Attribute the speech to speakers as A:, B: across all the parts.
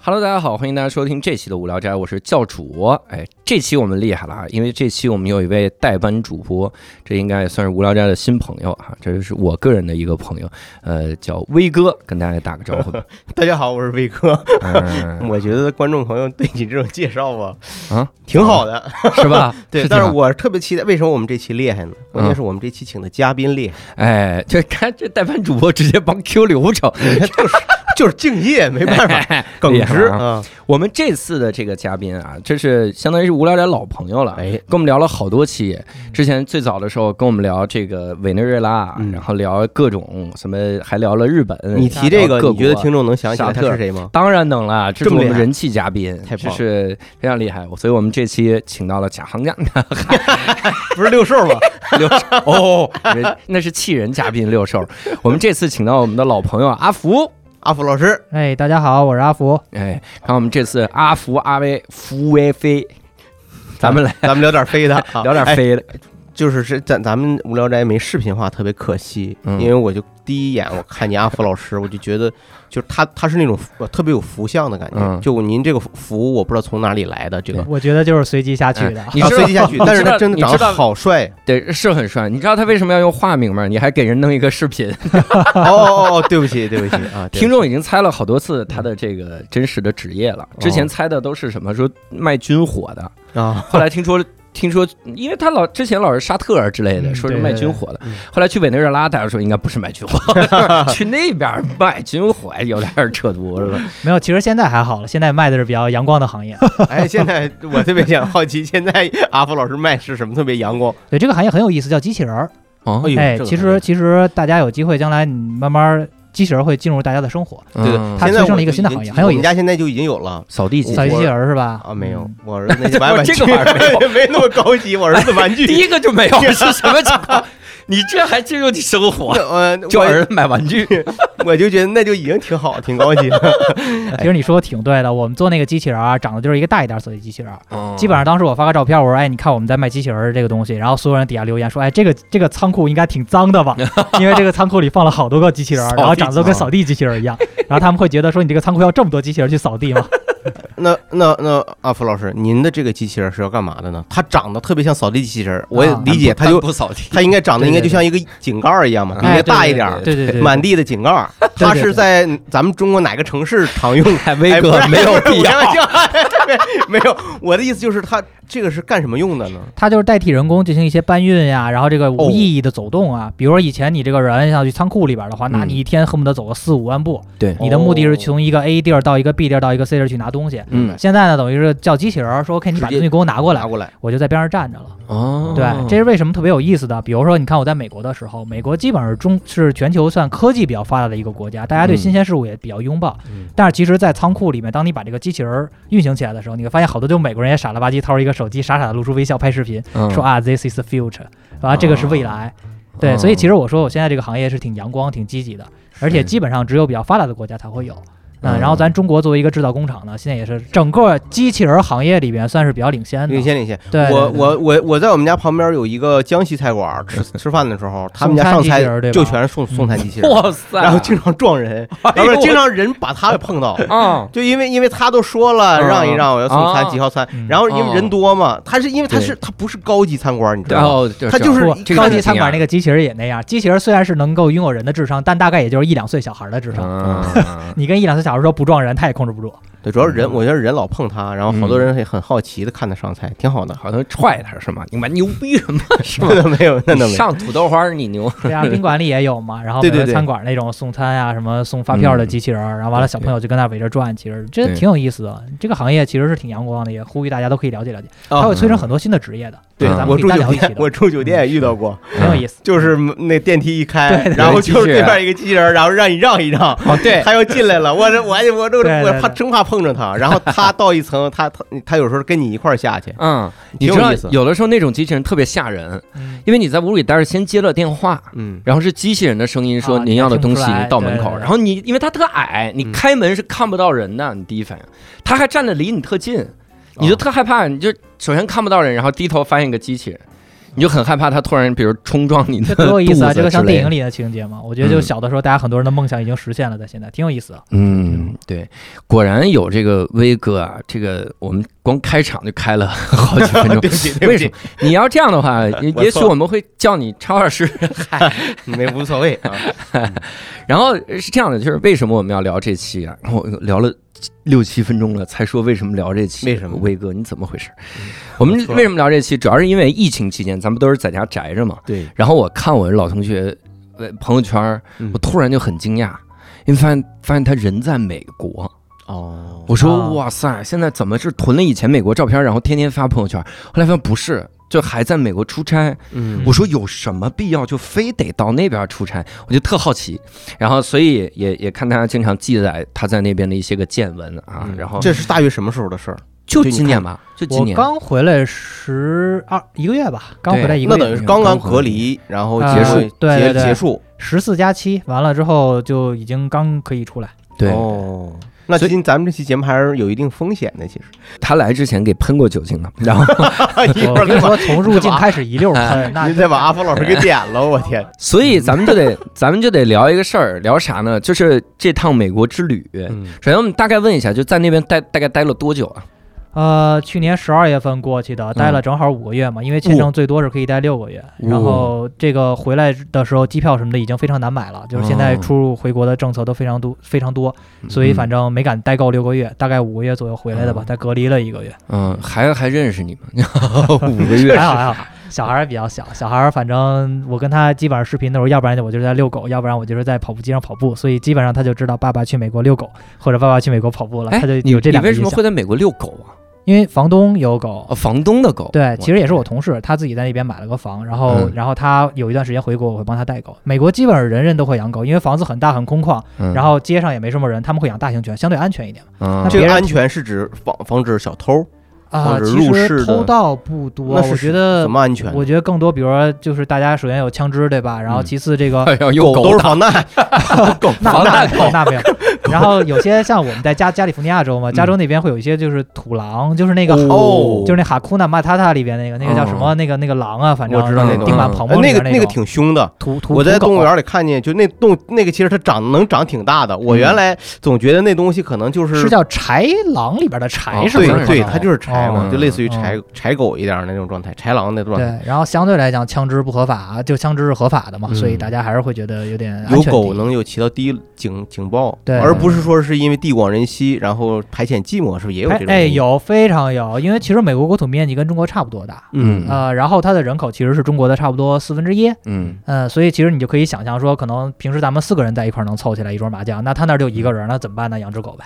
A: Hello，大家好，欢迎大家收听这期的无聊斋，我是教主。哎，这期我们厉害了啊，因为这期我们有一位代班主播，这应该也算是无聊斋的新朋友啊，这是我个人的一个朋友，呃，叫威哥，跟大家打个招 呼。
B: 大家好，我是魏哥。
A: 嗯，
B: 我觉得观众朋友对你这种介绍吧，
A: 啊，
B: 挺好的。
A: 是吧？
B: 对，
A: 挺
B: 但是
A: 好嗯
B: 我特别期待，为什么我们这期厉害呢？关键是我们这期请的嘉宾厉害，
A: 哎，这他这代班主播直接帮 Q 流程，
B: 就是就是敬业，没办法，耿
A: 厉害
B: 直
A: 了啊
B: 啊。
A: 我们这次的这个嘉宾啊，这是相当于是无聊斋老朋友了，
B: 哎
A: 跟我们聊了好多期。之前最早的时候跟我们聊这个委内瑞拉，啊
B: 嗯
A: 然后聊各种什么，还聊了日本。
B: 你提这
A: 聊
B: 个，
A: 各
B: 你觉得
A: 国
B: 听众能想起来他
A: 侠客
B: 是谁吗？
A: 当然能了，这是
B: 这么
A: 我
B: 厉害
A: 们人气嘉宾，
B: 太棒
A: 这
B: 了
A: 是非常厉害。所以我们这期请到了贾行家
B: 不是六兽 吗？
A: 六兽 哦，人那是气人嘉宾六 兽。我们这次请到我们的老朋友阿福。
B: 阿福老师，
C: 哎，大家好，我是阿福。
A: 哎，看我们这次阿福阿威福威飞，咱们来
B: 咱们聊点飞的，啊
A: 聊点
B: 哎
A: 飞的。
B: 就是是咱咱们无聊斋没视频化，特别可惜，
A: 嗯
B: 因为我就第一眼我看见阿福老师，我就觉得就是他他是那种呃特别有福相的感觉，
A: 嗯
B: 就您这个福我不知道从哪里来的这个
A: 对。
C: 我觉得就是随机下去的。
A: 你
B: 啊
A: 知道
B: 随机下去，但是
A: 你知道
B: 他真的
A: 你知
B: 长
A: 道
B: 得 好帅
A: 对，是很帅。你知道他为什么要用化名吗？你还给人弄一个视频，
B: 哦哦哦，对不起对不起啊，对
A: 听众已经猜了好多次他的这个真实的职业了。之前猜的都是什么说卖军火的，
B: 啊，
A: 后来听说听说，因为他老之前老是沙特尔之类的，
C: 嗯
A: 说是
C: 对
A: 卖
C: 对
A: 军
C: 对
A: 火的
B: 嗯，
A: 后来去委内瑞拉，大家说应该不是卖军火，去那边卖军火有点扯犊子了。
C: 没有，其实现在还好了，现在卖的是比较阳光的行业。
B: 哎，现在我特别想好奇，现在阿福老师卖是什么特别阳光？
C: 对，这个行业很有意思，叫机器人儿。
A: 哦
B: 呦
C: 哎，
B: 这个
C: 其
B: 行
C: 实
B: 业
C: 其实大家有机会，将来你慢慢机器人会进入大家的生活。
B: 对的，
A: 嗯
C: 他
B: 现在
C: 催生
B: 我
C: 了一个
B: 就
C: 新的
B: 已经
C: 行业很有
B: 我们
C: 意
B: 家现在就已经有了
A: 扫地机器
C: 扫
A: 人
C: 地
B: 我
C: 机器人儿是吧？
B: 啊，没有
C: 嗯，
B: 我儿子 那些玩
A: 我
B: 玩具
A: 这个玩意儿没
B: 没那么高级，我儿子玩具
A: 第一个就没有是什么情况？你这还进入你生活？
B: 呃，
A: 叫
B: 我
A: 儿子买玩具，
B: 我就觉得那就已经挺好，挺高级了。
C: 其实你说的挺对的，我们做那个机器人儿，啊长得就是一个大一点儿扫地机器人儿。
A: 嗯
C: 基本上当时我发个照片，我说：“哎，你看我们在卖机器人儿这个东西。”然后所有人底下留言说：“哎，这个这个仓库应该挺脏的吧？因为这个仓库里放了好多个机器人儿，然后长得都跟扫地机器人儿一样。然后他们会觉得说你这个仓库要这么多机器人儿去扫地吗？
B: 那那那阿福老师，您的这个机器人是要干嘛的呢？它长得特别像扫地机器人，我也
C: 啊
B: 理解，它就
A: 不扫地。
B: 它应该长得
C: 对
B: 应
C: 对
B: 该就像一个井盖儿一样嘛，应该
C: 哎
B: 大一点儿，
C: 对对对，
B: 满地的井盖儿。
C: 对
B: 它是在咱们中国哪个城市常用的？
A: 哎，威
B: 哎不
A: 哥
B: 是
A: 没有
B: 不是
A: 必要
B: 我。开玩笑没没有，我的意思就是它这个是干什么用的呢？
C: 它就是代替人工进行一些搬运呀、然后这个无意义的走动啊。比如说以前你这个人要去仓库里边的话，那
A: 嗯
C: 你一天恨不得走个四五万步。
A: 对
C: 你的目的是从一个 A 地儿到一个 B 地儿到一个 C 地儿去拿东西。
A: 嗯
C: 现在呢，等于是叫机器人儿说 OK，你把
B: 直接
C: 东西给我拿过
B: 拿
C: 来，
B: 过来，嗯
C: 我就在边上站着了。
A: 哦
C: 对，这是为什么特别有意思的。比如说，你看我在美国的时候，美国基本上是中是全球算科技比较发达的一个国家，大家
A: 嗯
C: 对新鲜事物也比较拥抱。
B: 嗯
C: 但是其实，在仓库里面，当你把这个机器人儿运行起来的时候，你会发现好多就美国人也傻了吧唧掏着一个手机，傻傻的露出微笑拍视频，
A: 嗯
C: 说啊，this is the future，啊，这个是未来。
B: 哦
C: 对，
B: 嗯
C: 所以其实我说我现在这个行业是挺阳光、挺积极的，而且基本上只有比较发达的国家才会有。
A: 嗯
C: 嗯，然后咱中国作为一个制造工厂呢，现在也是整个机器人儿行业里边算是比较领先的。
B: 领先领先。
C: 对，
B: 我
C: 对对
B: 我我我在我们家旁边有一个江西菜馆儿， 吃吃饭的时候，他们家上
C: 送餐机
B: 菜
C: 器人儿对吧嗯哎
B: 就全是送送餐机器人。
A: 哇塞，
B: 然后经常撞人， 然后经常人把他给碰到，
A: 啊，
B: 就因为因为他都说了
A: 嗯
B: 让一让，我要送餐
A: 啊
B: 几号餐，
C: 嗯
B: 然后因为人多嘛，他是因为他
A: 对哦
B: 是他不是高级餐馆，你知
A: 然
B: 道吗？
A: 后就
B: 他就是
C: 不，
B: 这个啊
C: 高
B: 是
C: 级餐
A: 这样
C: 馆那个机器人也那样。机器人虽然是能够拥有人的智商，但大概也就是一两岁小孩的智商。
A: 嗯
C: 你跟一两岁小孩说不撞人，他也控制不住。
B: 对，主要是人，我觉得人老碰他，然后好多
A: 嗯
B: 人也很好奇的看他上菜，挺好的。
A: 好像踹他是吗？你蛮牛逼什么是吗
B: 那？ 倒没有，那倒没有。
A: 上土豆花儿你牛，
C: 对啊，宾馆里也有嘛。然后
B: 对
C: 比
B: 对
C: 如
B: 对嗯
C: 餐馆那种送餐啊，什么送发票的机器人儿，然后完了小朋友就跟那围着转，其实这
A: 对
C: 挺有意思的。这个行业其实是挺阳光的，也呼吁大家都可以了解了解。
B: 啊
C: 它会催生很多新的职业的，
B: 对
A: 嗯
C: 咱，
B: 我
C: 们可以
B: 住
C: 单
B: 酒
C: 聊一起
B: 店，我嗯
C: 的，
B: 住酒店也遇到过，
C: 很有意思。
B: 就是那电梯一开，
C: 对
B: 然后
A: 对机
B: 就
A: 器
B: 是对
A: 人
B: 面一个机器人，然后让你让一让，
A: 哦对，
B: 他要进来了，我这我我这
C: 对对
B: 我
C: 对
B: 怕生怕碰着它，然后它到一层， 它它它有时候跟你一块儿下去，
A: 嗯，你
B: 挺
A: 知道
B: 有意思
A: 有的时候那种机器人特别吓人，
C: 嗯
A: 因为你在屋里待着，先接了电话，
B: 嗯，
A: 然后是机器人的声音说
C: 啊
A: 您要的东西
C: 你还听不出来
A: 到门
C: 对
A: 口，
C: 对对
A: 然后你因为它特矮，你
B: 嗯
A: 开门是看不到人的，你第一反应，它还站得离你特近，
B: 啊
A: 你
B: 哦
A: 就特害怕，你就首先看不到人，然后低头发现一个机器人，你就很害怕它突然比如冲撞你的
C: 这多 有意思啊！
A: 肚子
C: 这个像
A: 之类
C: 电影
A: 的
C: 里的情节嘛，我觉得就
A: 嗯
C: 小的时候，大家很多人的梦想已经实现了，在现在挺有意思的。啊
A: 嗯，对，果然有这个威哥啊，这个我们光开场就开了好几分钟。
B: 对不起对
A: 为
B: 不
A: 什
B: 起
A: 么，你要这样的 话，也
B: 我
A: 也许
B: 错了
A: 我们会叫你超二师
B: 没无所谓啊，
A: 然后呃是这样的，就是为什么我们要聊这期啊？然后我聊了六七分钟了，才说为什么聊这期？
B: 为什么嗯
A: 威哥，你怎么回事？我们
B: 我错了
A: 为什么聊这期？主要是因为疫情期间，咱们都是在家宅着嘛。
B: 对，
A: 然后我看我老同学呃朋友圈儿
B: 嗯，
A: 我突然就很惊讶，因为发现发现他人在美国。
B: 哦，
A: 我说、
C: 啊
A: 哇塞，现在怎么是囤了以前美国照片，然后天天发朋友圈？后来发现不是，就还在美国出差。
B: 嗯
A: 我说有什么必要就非得到那边出差？我就特好奇，然后所以也也看他经常记载他在那边的一些个见闻啊
B: 嗯，
A: 然后
B: 这是大约什么时候的事儿？
A: 就
B: 就你
A: 今年吧，就今
C: 我
A: 年
C: 刚回来十二一个月吧，刚回来一
B: 那
C: 个
B: 等
C: 月
B: 于，是刚刚隔离，然后
C: 啊
B: 结束，
C: 对对
B: 结
C: 对
B: 结束，
C: 十四加七完了之后就已经刚可以出来。
A: 对
B: 哦，那
A: 所以
B: 今咱们这期节目还是有一定风险的， 其实
A: 他来之前给喷过酒精了，然后
B: 哎一
C: 我
B: 会儿
C: 跟
B: 再
C: 你
B: 把
C: 说，从入境开始一溜 喷，那
B: 您再把阿峰老师给点了，我天，
A: 所以咱们就得
C: 嗯
A: 咱们就得聊一个事儿，聊啥呢？就是这趟美国之旅。
B: 嗯
A: 首先我们大概问一下，就在那边待大概待了多久啊？
C: 呃，去年十二月份过去的，
A: 嗯
C: 待了正好五个月嘛，因为签
A: 哦
C: 证最多是可以待六个月。然后这个回来的时候，机票什么的已经非常难买了，就是现在
A: 哦
C: 出入回国的政策都非常多，非常多，所以反正没敢待够六个月，大概五个月左右回来的吧
A: 嗯，
C: 再隔离了一 个月，
A: 嗯，还还认识你 吗？五个月
C: 还好还好。小孩儿比较小，小孩儿反正我跟他基本上视频的时候，要不然我就是在遛狗，要不然我就是在跑步机上跑步，所以基本上他就知道爸爸去美国遛狗或者爸爸去美国跑步了，
A: 哎
C: 他就，
A: 你
C: 有这
A: 你
C: 两个
A: 为什
C: 印
A: 么
C: 象。
A: 会在美国遛狗啊？
C: 因为房东有狗，
A: 哦，房东的狗。
C: 对，其实也是我同事，他自己在那边买了个房，然后、
A: 嗯
C: 然后他有一段时间回国，我会帮他带狗。美国基本上人人都会养狗，因为房子很大很空旷，
A: 嗯，
C: 然后街上也没什么人，他们会养大型犬，相对安全一点嘛。
A: 嗯
B: 这个
C: 别人
B: 安全是指防防止小偷，
C: 啊、
B: 或者
C: 其
B: 哦入
C: 实
B: 室
C: 偷
B: 的
C: 盗不多，
B: 那是
C: 我觉得
B: 怎。么安全呢？
C: 呃我觉得更多，比如说，就是大家首先有枪支，对吧？然后
B: 嗯
C: 其 次这 个、
A: 哎呀，有
B: 狗都是
A: 打
B: 防 弹，狗
C: 那
A: 防
C: 那
A: 弹
C: 没有那没有。然后有些像我们在加加利福尼亚州嘛，加州那边会有一些就是土狼，就是那个
B: 嗯哦
C: 就是那哈库纳马塔塔里边那个那个叫什么、那个那个狼啊，反正
B: 我知道那种
C: 钉满泡
B: 哎那
C: 沫里边
B: 个
C: 那
B: 那个挺凶的。
C: 土土
B: 我在
C: 土狗啊
B: 动物园里看见，就那动那个其实它长能长挺大的。我原来总觉得那东西可能嗯就是
C: 是叫豺狼里边的豺
A: 哦
C: 是啊
B: 对
C: 吗？
A: 吗
B: 对，
A: 哦
B: 它就是豺嘛，
A: 哦
B: 就类似于豺豺狗一样的那种状态，豺狼那状态。
C: 对，然后相对来讲，枪支不合法，就枪支是合法的嘛，
B: 嗯
C: 所以大家还是会觉得有点安
B: 有
C: 全第
B: 狗
C: 一
B: 能有起到第一警警报，
C: 对
B: 而不是说是因为地广人稀，然后排遣寂寞，是不是也有这
C: 哎
B: 种？
C: 哎，，有非常有，因为其实美国国土面积跟中国差不多大，
B: 嗯，
C: 呃，然后它的人口其实是中国的差不多四分之一，
A: 嗯
C: 呃，所以其实你就可以想象说，可能平时咱们四个人在一块儿能凑起来一桌麻将，那他那儿就一个人，那怎么办呢？养只狗呗，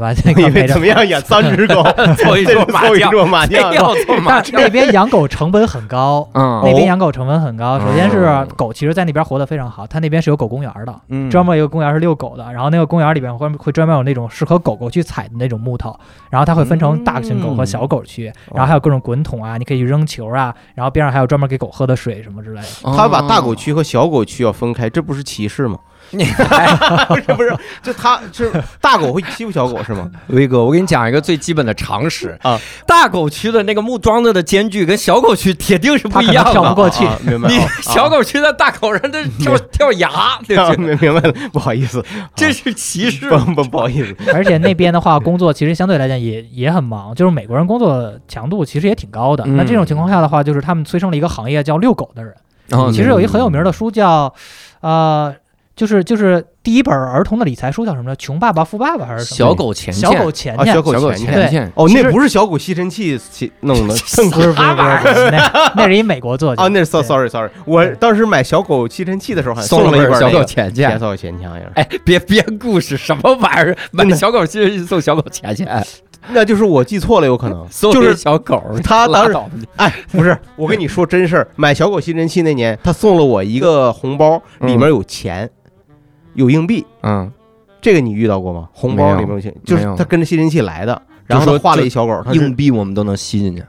C: 吧？这个
B: 因
C: 陪
B: 为
C: 着
B: 怎么样养三只狗，
A: 凑一桌 麻
B: 凑一
A: 将
B: 桌麻将哦
A: 哎，要做麻
C: 但那边养狗成本很高，
A: 嗯
C: 那边养狗成本很高。首先是
A: 哦
C: 狗，其实在那边活得非常好，它那边是有狗公园的，
A: 嗯
C: 专门有个公园是遛狗的，然后那个公园里边会会专门有那种适合狗狗去踩的那种木头，然后它会分
A: 嗯
C: 成大型狗和小狗区，
A: 哦
C: 然后还有各种滚筒啊，你可以去扔球啊，然后边上还有专门给狗喝的水什么之类的。
A: 哦
B: 他把大 狗区和小狗区要分开，这不是歧视吗？ 不是不是，就他就是大狗会欺负小狗是吗？
A: 威哥，我给你讲一个最基本的常识
B: 啊，
A: 大狗区的那个木桩子的间距跟小狗区铁定是不一样
C: 它可能跳不
A: 的。
C: 过去
B: 啊，啊明白？
A: 你
B: 啊
A: 小狗区的大狗人都跳跳崖，对
B: 啊
A: 不对？
B: 明明白了，不好意思，
A: 这是歧视。
B: 不不不好意思，
C: 而且那边的话，工作其实相对来讲也也很忙，就是美国人工作强度其实也挺高的。
A: 嗯
C: 那这种情况下的话，就是他们催生了一个行业叫遛狗的人。
A: 哦
C: 其实有一很有名的书叫，呃，就是就是第一本儿童的理财书叫什么呢？《穷爸爸富爸爸》还是什么？
A: 小狗前
C: 小狗钱
B: 啊，
C: 钱。
B: 小
A: 小狗
B: 狗
A: 前
B: 前
C: 对
B: 前。
A: 线，
B: 哦，
C: 其实
B: 那不是小狗吸尘器起弄 的，
A: 啊
B: 正
C: 不是不是不是，不是那那是一美国作家
B: 啊，那是 so
C: 对
B: sorry sorry，我当时买小狗吸尘器的时候还
A: 送
B: 了一
A: 本
B: 本
A: 小
B: 那
A: 狗
B: 个
A: 前
B: 前
A: 线。
B: 扫前墙呀。
A: 哎，别编故事，什么玩意儿？买小狗去送小狗前线，
B: 那就是我记错了，有可能
A: 送
B: 就是
A: 小狗。
B: 他当时
A: 拉倒吧
B: 哎，不是，我跟你说真事儿，买小狗吸尘器那年，他送了我一个红包，里面有钱，有硬币。
A: 嗯，
B: 这个你遇到过吗？红包里面有吸，就是他跟着吸尘器来的，然后
A: 就说
B: 他画了一小狗，他是
A: 硬币我们都能吸进去，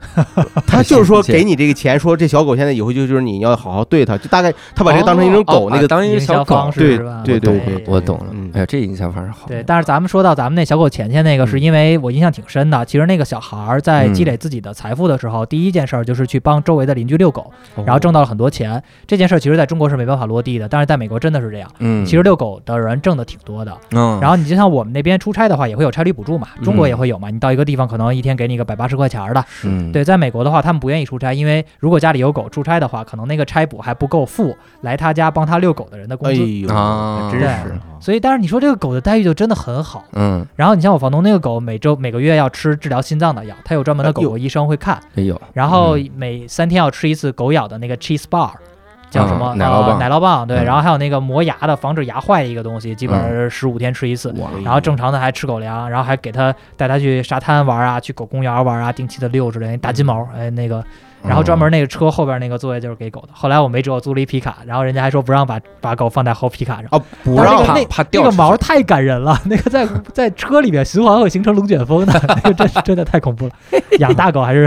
B: 他就是说给你这个钱，说这小狗现在以后就就是你要好好对它，就大概他把这个当成一种狗那
A: 哦
B: 个
A: 当一
C: 营
A: 个小
C: 销
A: 狗
C: 方，式是吧？
B: 对对对
A: 我懂了
B: 嗯。
A: 哎呀，这营销方式好。
C: 对，但是咱们说到咱们那小狗钱钱那个，是因为我印象挺深的。其实那个小孩儿在积累自己的财富的时候，第一件事儿就是去帮周围的邻居遛狗，然后挣到了很多钱。这件事儿其实在中国是没办法落地的，但是在美国真的是这样。
A: 嗯，
C: 其实遛狗的人挣的挺多的，
A: 嗯，
C: 然后你就像我们那边出差的话，也会有差旅补助嘛，中国也会有嘛。你到一个地方，可能一天给你个百八十块钱儿的。
A: 嗯，
C: 对，在美国的话，他们不愿意出差，因为如果家里有狗出差的话，可能那个差补还不够付来他家帮他遛狗的人的工
B: 哎
C: 资。
B: 呦，
A: 啊
B: 还真是啊
C: 所以，但是你说这个狗的待遇就真的很好。
A: 嗯，
C: 然后你像我房东那个狗，每周每个月要吃治疗心脏的药，它有专门的
B: 哎
C: 狗
B: 呦
C: 狗医生会看，
A: 哎呦，
C: 然后每三天要吃一次狗咬的那个 cheese bar，叫什
A: 嗯啊
C: 么、
A: 奶酪棒
C: 呃奶酪棒对，
A: 嗯
C: 然后还有那个磨牙的防止牙坏的一个东西，基本上十五天吃一次。
A: 哇，
C: 然后正常的还吃狗粮，然后还给它带它去沙滩玩啊，去狗公园玩啊，定期的遛之类的，打金毛，哎那个，然后
B: 嗯
C: 专门那个车后边那个座位就是给狗的。后来我没辙，我租了一皮卡，然后人家还说不让把把狗放在后皮卡上，
B: 啊，不
C: 但是那
B: 让
C: 个
A: 怕
C: 那
A: 嗯怕掉
C: 那个
A: 出去
C: 毛太感人了， 那个在在车里面循环会形成龙卷风的， 那个真是真的太恐 怖了。养大狗还是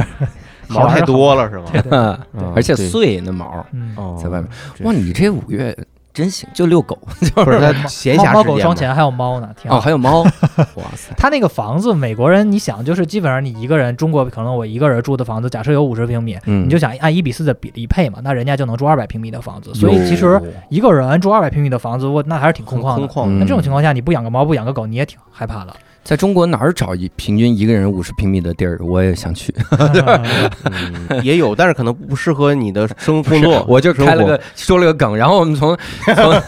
C: 好
B: 毛
C: 玩
B: 太
C: 儿好
B: 多了是吗？
C: 对对，
B: 嗯
A: 而且
B: 对
A: 碎那毛
C: 嗯，
B: 哦
A: 在外面，
B: 真
A: 哇，
B: 是
A: 你这五月真行，就遛狗，就
B: 不是
A: 是
B: 他闲
C: 猫
B: 暇
C: 猫
B: 时
C: 狗
B: 间
C: 双
B: 嘛，
C: 钱还有猫呢，挺好。
A: 哦，还有 猫，哇塞，
C: 他那个房子，美国人你想，就是基本上你一个人，中国可能我一个人住的房子，假设有五十平米，
A: 嗯，
C: 你就想按一比四的比例配嘛，那人家就能住二百平米的房子，所以其实
A: 哟
C: 一个人住二百平米的房子，我那还是挺空旷
B: 空
C: 的。
B: 旷
A: 嗯
C: 那这种情况下，你不养个猫，不养个狗，你也挺害 怕的。
A: 在中国哪儿找一平均一个人五十平米的地儿？我也想去。。
B: 嗯也有，但是可能不适合你的生工作
A: 我就开了
B: 生活
A: 个说了个梗，然后我们 从从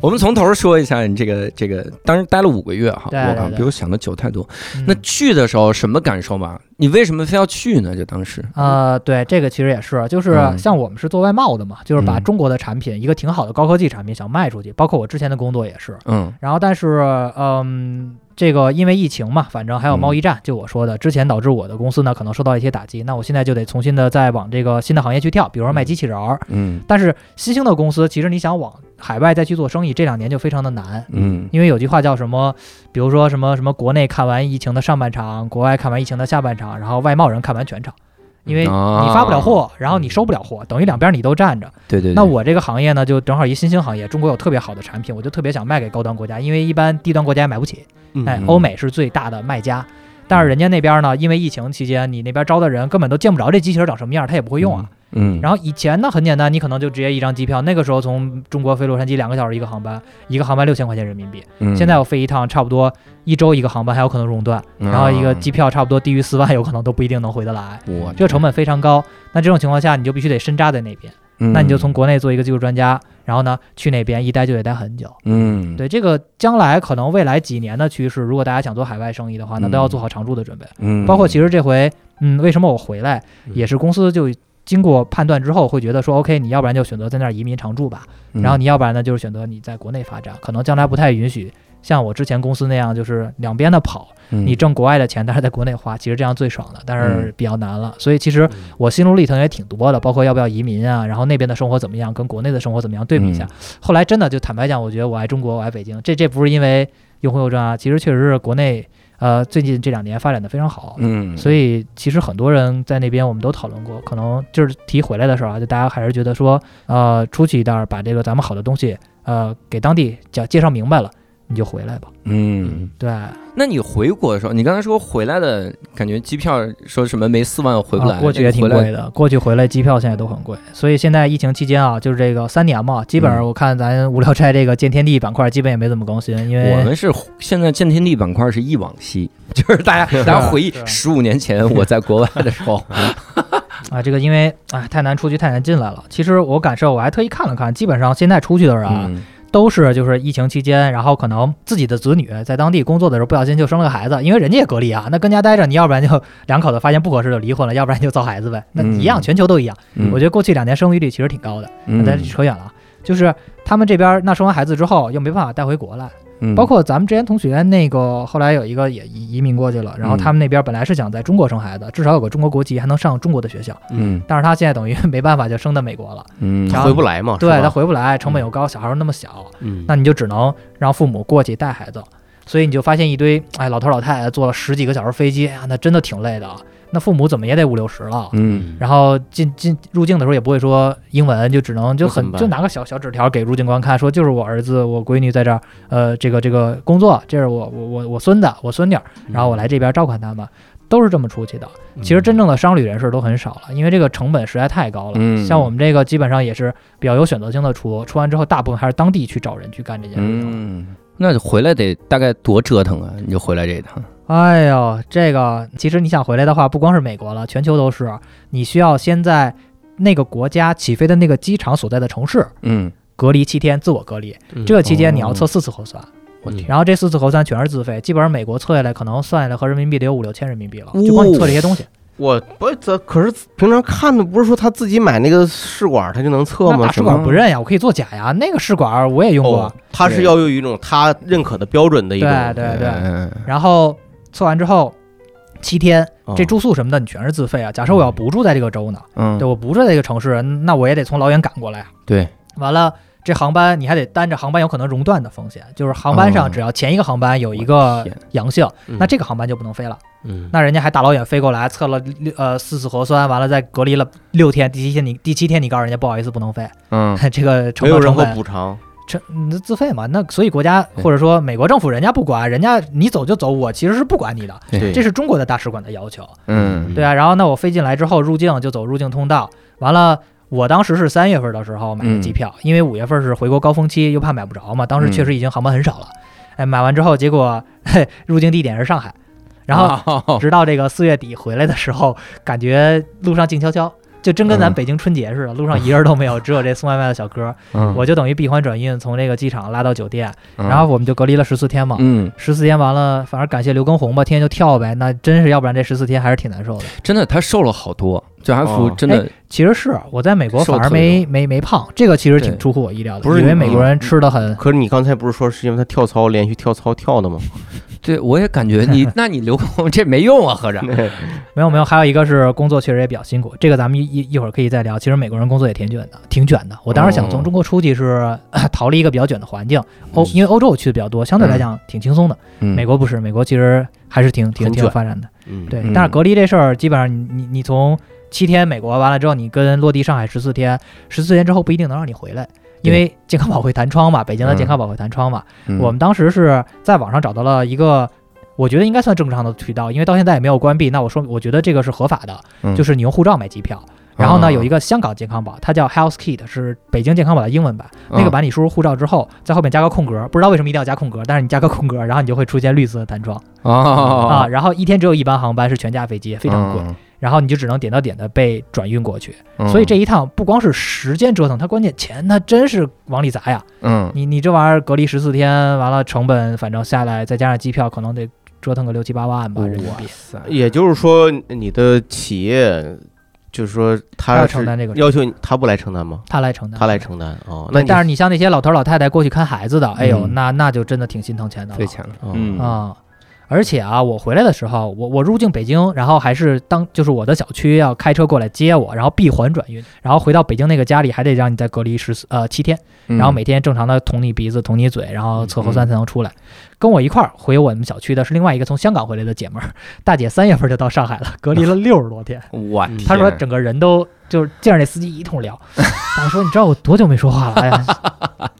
A: 我们从头说一下你这个这个，当时待了五个月哈，
C: 对
A: 我
C: 对
A: 靠，
C: 对
A: 比我想的久太多。
C: 嗯
A: 那去的时候什么感受吧？你为什么非要去呢？就当时，
C: 呃，对，这个其实也是，就是
A: 嗯
C: 像我们是做外贸的嘛，就是把
A: 嗯
C: 中国的产品，一个挺好的高科技产品想卖出去，包括我之前的工作也是。
A: 嗯
C: 然后，但是，嗯，这个因为疫情嘛，反正还有
A: 嗯
C: 贸易战，就我说的，之前导致我的公司呢可能受到一些打击，那我现在就得重新的再往这个新的行业去跳，比如说卖机器人儿。
A: 嗯
C: 但是新兴的公司，其实你想往海外再去做生意，这两年就非常的难。
A: 嗯
C: 因为有句话叫什么，比如说什么什么，国内看完疫情的上半场，国外看完疫情的下半场，然后外贸人看完全场，因为
A: 啊
C: 你发不了货，然后你收不了货，等于两边你都站着。
A: 对对对，
C: 那我这个行业呢，就正好一新兴行业，中国有特别好的产品，我就特别想卖给高端国家，因为一般低端国家也买不起。
B: 嗯
C: 哎
A: 嗯，
C: 欧美是最大的卖家，但是人家那边呢，因为疫情期间，你那边招的人根本都见不着这机器人长什么样，他也不会用啊。
A: 嗯，
C: 然后以前呢，很简单，你可能就直接一张机票，那个时候从中国飞洛杉矶两个小时一个航班，一个航班六千块钱人民币，
A: 后
C: 现在我飞一趟差不多一周一个航班，还有可能熔断，
A: 嗯
C: 然后一
A: 啊
C: 个机，票差不多低于四万，有可能都不一定能回得来。
A: 我
C: 这个成本非常高，那这种情况下你就必须得深扎在那边，
A: 嗯
C: 那你就从国内做一个技术专家，然后呢去那边一待就得待很久。
A: 嗯
C: 对这个将来可能未来几年的趋势，如果大家想做海外生意的话，那都要做好常驻的准备。
A: 嗯，
C: 包括其实这回，嗯，为什么我回来
B: 嗯
C: 也是公司就经过判断之后会觉得说，OK，你要不然就选择在那儿移民常住吧，
A: 嗯
C: 然后你要不然呢就是选择你在国内发展，可能将来不太允许像我之前公司那样，就是两边的跑，你
A: 你
C: 挣国外的钱，但是在国内花，其实这样最爽的，但是比较难了。所以其实我心路历程也挺多的，包括要不要移民啊，然后那边的生活怎么样，跟国内的生活怎么样对比一下。
A: 嗯
C: 后来真的就坦白讲，我觉得我爱中国，我爱北京，这这不是因为用户右转啊，其实确实是国内呃最近这两年发展的非常好。
A: 嗯，
C: 所以其实很多人在那边，我们都讨论过，可能就是提回来的时候啊，就大家还是觉得说，呃，出去一段儿，把这个咱们好的东西，呃，给当地讲介绍明白了，你就回来吧。
A: 嗯，
C: 对，
A: 那你回国的时候，你刚才说回来的感觉，机票说什么没四万回不来，
C: 啊过去也挺贵的，过去回来机票现在都很贵，所以现在疫情期间啊，就是这个三年嘛，基本上
A: 嗯
C: 我看咱无聊斋这个见天地板块基本也没怎么更新，因
A: 我
C: 为
A: 们是现在见天地板块是忆往昔， 就是啊大家大家回忆
C: 是
A: 十五年前我在国外的时候，
C: 啊这个因为啊太难出去太难进来了。其实我感受我还特意看了看，基本上现在出去的人啊、
A: 嗯
C: 都是就是疫情期间，然后可能自己的子女在当地工作的时候不小心就生了个孩子，因为人家也隔离啊，那跟家待着，你要不然就两口子发现不合适就离婚了，要不然就造孩子呗，那
A: 嗯
C: 一样，全球都一样。
A: 嗯
C: 我觉得过去两年生育率其实挺高的。
A: 嗯
C: 但是扯远了啊，就是他们这边儿那生完孩子之后又没办法带回国来，
A: 嗯
C: 包括咱们之前同学那个后来有一个也移移民过去了，然后
A: 嗯
C: 他们那边本来是想在中国生孩子，至少有个中国国籍，还能上中国的学校，
A: 嗯
C: 但是他现在等于没办法就生到美国了，
A: 嗯
C: 然后
B: 回不来嘛，
C: 对
B: 是
C: 他
B: 吧，
C: 回不来，成本又高，小孩儿又那么小，
B: 嗯
C: 那你就只能让父母过去带孩子。所以你就发现一堆哎老头老太太坐了十几个小时飞机，哎呀，那真的挺累的。那父母怎么也得五六十了，
A: 嗯，
C: 然后进进入境的时候也不会说英文，就只能就
B: 那怎么
C: 很
B: 办
C: 就拿个小小纸条给入境官看，说就是我儿子我闺女在这儿，呃，这个这个工作，这是我我我我孙子我孙女儿，然后我来这边照看他们，都是这么出去的。其实真正的商旅人士都很少了，因为这个成本实在太高了。
A: 嗯
C: 像我们这个基本上也是比较有选择性的出，出完之后大部分还是当地去找人去干这件事情。
A: 嗯，那回来得大概多折腾啊？你就回来这一趟，
C: 哎呦，这个其实你想回来的话，不光是美国了，全球都是，你需要先在那个国家起飞的那个机场所在的城市
A: 嗯，
C: 隔离七天，自我隔离。
B: 嗯
C: 这个期间你要
B: 哦
C: 测四次核酸，
A: 我天，
C: 然后这四次核酸全是自费，基本上美国测下来可能算下来合人民币得有五六千人民币了，
B: 哦
C: 就光你测这些东西。
B: 我不是这，可是平常看的不是说他自己买那个试管他就能测
C: 那
B: 吗？
C: 打试
B: 什么
C: 管不认呀，我可以做假呀，那个试管我也用过。
B: 哦，哎他是要有一种他认可的标准的一种。
C: 对对对，
A: 嗯，
C: 然后测完之后七天，
B: 哦
C: 这住宿什么的你全是自费啊。假设我要不住在这个州呢，
A: 嗯，
C: 对我不住在这个城市，那我也得从老远赶过来啊。
A: 对，
C: 完了。这航班你还得担着航班有可能熔断的风险，就是航班
A: 哦
C: 上只要前一个航班有一
A: 我
C: 个
A: 天
C: 阳性，
B: 嗯
C: 那这个航班就不能飞了。
B: 嗯，
C: 那人家还大老远飞过来测了六呃四次核酸，完了再隔离了六天，第七天你第七天你告诉人家不好意思不能飞，
A: 嗯，
C: 这个成
B: 没有
C: 本
B: 任
C: 成
B: 何
C: 本
B: 补偿。
C: 成嗯自费嘛，那所以国家或者说美国政府人家不管，人家你走就走，我其实是不管你的，
A: 对
C: 这是中国的大使馆的要求，
A: 嗯，
C: 对啊。然后那我飞进来之后入境就走入境通道，完了。我当时是三月份的时候买
A: 嗯
C: 的机票，因为五月份是回国高峰期，又怕买不着嘛。当时确实已经航班很少
A: 嗯
C: 了，哎，买完之后结果嘿 入境地点是上海，然后
A: 后
C: 直到这个四月底回来的时候，感觉路上静悄悄，就真跟咱
A: 嗯
C: 北京春节似的，路上一人都没有，只有这送外卖的小哥。
A: 嗯
C: 我就等于闭环转运，从这个机场拉到酒店，然后我们就隔离了十四天嘛。
A: 嗯，
C: 十四天完了，反正感谢刘畊宏吧，天天就跳呗。那真是，要不然这十四天还是挺难受的。
A: 真的他瘦了好多，就韩福
B: 哦
A: 真的
C: 其实是我在美国
A: 瘦
C: 反而
A: 特别
C: 没没没胖，这个其实挺
A: 对
C: 出乎我意料的，
B: 不是
C: 因为
B: 你
C: 美国人吃的很。
B: 可是你刚才不是说是因为他跳操连续跳操跳 的吗？
A: 对我也感觉 你，那你留空这没用啊，合着，
C: 没有没有，还有一个是工作确实也比较辛苦，这个咱们一一一会儿可以再聊。其实美国人工作也挺卷的，挺卷的。我当时
B: 哦
C: 想从中国出去是、 逃离一个比较卷的环境，
B: 嗯
C: 欧因为欧洲我去的比较多，相对来讲挺轻松的。美
A: 美
C: 国不是，美国其实还是挺挺
B: 很
C: 挺有
B: 卷
C: 发展的。
B: 嗯，
C: 对
A: 嗯，
C: 但是隔离这事儿，基本上你你你从七天美国完了之后，你跟落地上海十四天，十四天之后不一定能让你回来。因为健康宝会弹窗嘛，北京的健康宝会弹窗嘛，
A: 嗯
C: 我们当时是在网上找到了一个，我觉得应该算正常的渠道，因为到现在也没有关闭。那我说，我觉得这个是合法的，
A: 嗯
C: 就是你用护照买机票。然后
A: 啊
C: 呢，有一个香港健康宝，它叫 Health Kit，是北京健康宝的英文版。那个
A: 吧，
C: 版你输入护照之后，在后面加个空格，不知道为什么一定要加空格，但是你加个空格，然后你就会出现绿色的弹窗啊。
A: 啊，
C: 然后一天只有一班航班是全价飞机，非常贵。然后你就只能点到点的被转运过去。
A: 嗯，
C: 所以这一趟不光是时间折腾，它关键钱它真是往里砸呀。
A: 嗯，
C: 你你这玩意儿隔离十四天，完了成本反正下来，再加上机票，可能得折腾个六七八万吧人民
A: 哇
C: 币。
A: 塞，
B: 也就是说你的企业就是说
C: 他
B: 他
C: 要
B: 是
C: 承担这个
B: 要求你他不来承担吗？
C: 他来承担，
B: 他来。承担哦，那
C: 那
B: 你
C: 但是你像那些老头老太太过去看孩子的，哎呦，
A: 嗯
C: 那那就真的挺心疼钱的了
A: 费钱了，
B: 哦
A: 嗯
C: 啊。而且啊，我回来的时候，我我入境北京，然后还是当就是我的小区要开车过来接我，然后闭环转运，然后回到北京那个家里还得让你再隔离十四呃七天，
A: 嗯
C: 然后每天正常的捅你鼻子、捅你嘴，然后测核酸才能出来。跟我一块儿回我们小区的是另外一个从香港回来的姐们儿，大姐三月份就到上海 了，隔离了六十多天。
A: 我天，
C: 她说整个人都就是见着那司机一 通聊，她说你知道我多久没说话了？哎呀，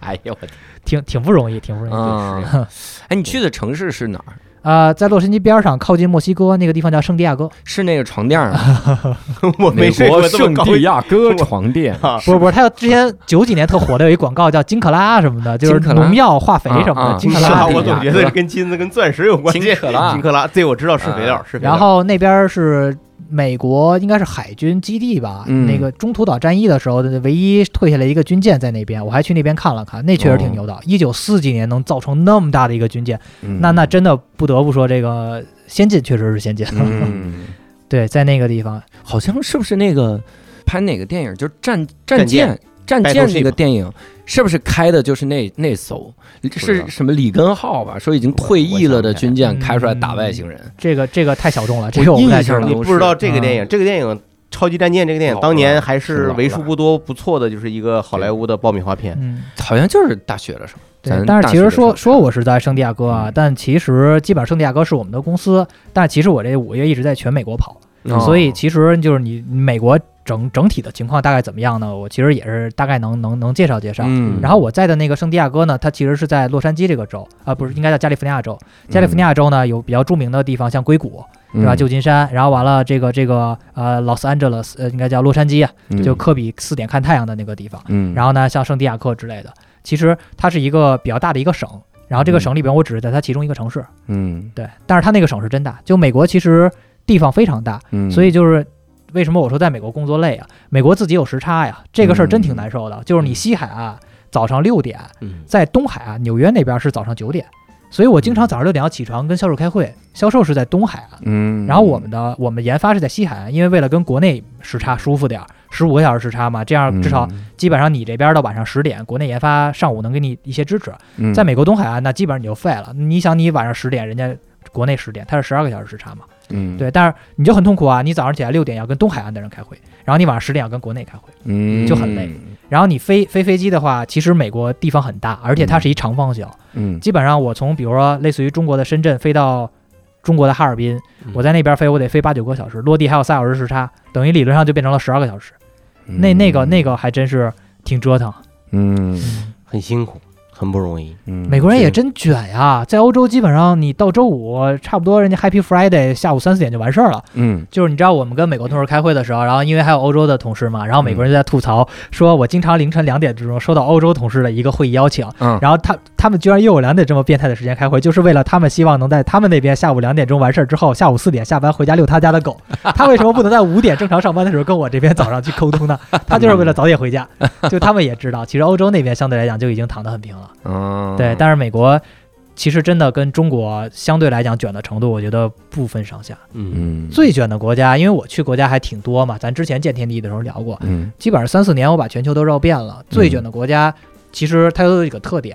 A: 哎呦 我天
C: 挺挺不容易，挺不容易。
A: 啊，哎，你去的城市是哪儿？
C: 呃，在洛杉矶边上，靠近墨西哥那个地方叫圣地亚哥，
A: 是那个床垫儿吗？
B: 我
A: 美
B: 没睡
A: 国
B: 过这
A: 圣
B: 么高
A: 地亚哥
B: 我
A: 床 垫，
B: 啊
C: 不是不是，他有之前九几年特火的有一广告叫金克拉什么的，就
A: 金克拉
C: 是农药、化肥什
A: 啊
C: 么
A: 啊
C: 的，金
A: 金
C: 克
A: 克
C: 拉
A: 拉
B: 我
A: 地
B: 总
A: 亚
B: 觉得是跟金子跟钻石有关系。
A: 金克拉啊
B: 金克拉，这我知道是肥料，是肥料。
C: 然后那边儿是美国，应该是海军基地吧？
A: 嗯
C: 那个中途岛战役的时候，唯一退下来一个军舰在那边，我还去那边看了看，那确
A: 哦
C: 实挺牛的。一九四几年能造成那么大的一个军舰，
A: 嗯
C: 那那真的不得不说，这个先进确实是先进。
A: 嗯，
C: 对，在那个地方，
A: 好像是不是那个拍哪个电影，就是战
B: 战
A: 舰
B: 舰
A: 战
B: 白
A: 舰
B: 头
A: 那
B: 戏
A: 个
B: 嘛
A: 电影，是不是开的就是那那艘
B: 知
A: 是
B: 道
A: 什么里根号吧？说已经
B: 我
A: 退
B: 我
A: 役
B: 想
A: 了的
B: 起来
A: 军舰
C: 嗯
A: 开出来打外星人，
C: 这个这个太小众了，这个我不太知
A: 印象
C: 道
A: 中。
B: 你不知道这个电
C: 嗯
B: 影，这个电影《超级战舰》这个电
A: 老
B: 影，
A: 了
B: 当年还
A: 是
B: 是
A: 老
B: 为数
A: 了
B: 不多不错的，就是一个好莱坞的爆米花片。
C: 嗯，
A: 好像就是大学的时候。
C: 对
A: 咱，
C: 但是
A: 大
C: 其
A: 学
C: 实
A: 的时
C: 说
A: 候
C: 说我是在圣地亚哥啊
A: 嗯，
C: 但其实基本上圣地亚哥是我们的公司，但其实我这五个月一直在全美国跑，
A: 哦
C: 嗯所以其实就是你你美国整整体的情况大概怎么样呢？我其实也是大概能能能介绍介绍。
A: 嗯，
C: 然后我在的那个圣地亚哥呢，它其实是在洛杉矶这个州啊、不是应该叫加利福尼亚州。加利福尼亚州呢有比较著名的地方，像硅谷，
A: 嗯
C: 对吧？旧金山，然后完了这个这个呃，Los Angeles，呃，应该叫洛杉矶啊，就科比四点看太阳的那个地方。
A: 嗯，
C: 然后呢，像圣地亚哥之类的，其实它是一个比较大的一个省。然后这个省里边，我只是在它其中一个城市，
A: 嗯
C: 对。但是它那个省是真大，就美国其实地方非常大，
A: 嗯，
C: 所以就是为什么我说在美国工作累啊？美国自己有时差呀，这个事儿真挺
A: 嗯
C: 难受的。就是你西海岸、早上六点，
B: 嗯
C: 在东海岸、纽约那边是早上九点，所以我经常早上六点要起床跟销售开会，销售是在东海岸。啊
A: 嗯，
C: 然后我们的我们研发是在西海岸，啊因为为了跟国内时差舒服点儿，十五个小时时差嘛，
A: 嗯
C: 这样至少基本上你这边到晚上十点，国内研发上午能给你一些支持。
A: 嗯
C: 在美国东海啊岸，那基本上你就废了。你想，你晚上十点，人家国内十点，它是十二个小时时差嘛，
A: 嗯
C: 对。但是你就很痛苦啊，你早上起来六点要跟东海岸的人开会，然后你晚上十点要跟国内开会，
A: 嗯
C: 就很累，然后你飞飞飞机的话，其实美国地方很大，而且它是一长方形，
A: 嗯
C: 基本上我从比如说类似于中国的深圳飞到中国的哈尔滨
B: 嗯，
C: 我在那边飞，我得飞八九个小时，落地还有仨小时时差，等于理论上就变成了十二个小时。那那个那个还真是挺折腾。
A: 嗯
B: 很辛苦，很不容易。
A: 嗯，
C: 美国人也
B: 是
C: 真卷呀，在欧洲基本上你到周五差不多人家 Happy Friday 下午三四点就完事儿了。
A: 嗯
C: 就是你知道我们跟美国同事开会的时候，然后因为还有欧洲的同事嘛，然后美国人就在吐槽说，我经常凌晨两点之中收到欧洲同事的一个会议邀请，
A: 嗯
C: 然后他他们居然又有两点这么变态的时间开会，就是为了他们希望能在他们那边下午两点钟完事儿之后，下午四点下班回家遛他家的狗。他为什么不能在五点正常上班的时候跟我这边早上去沟通呢？他就是为了早点回家。就他们也知道，其实欧洲那边相对来讲就已经躺得很平了。
B: 嗯
A: 哦
C: 对，但是美国其实真的跟中国相对来讲卷的程度，我觉得不分上下。
B: 嗯，
A: 嗯
C: 最卷的国家，因为我去国家还挺多嘛，咱之前见天地的时候聊过，
A: 嗯
C: 基本上三四年我把全球都绕遍了。最卷的国家其实它有几个特点：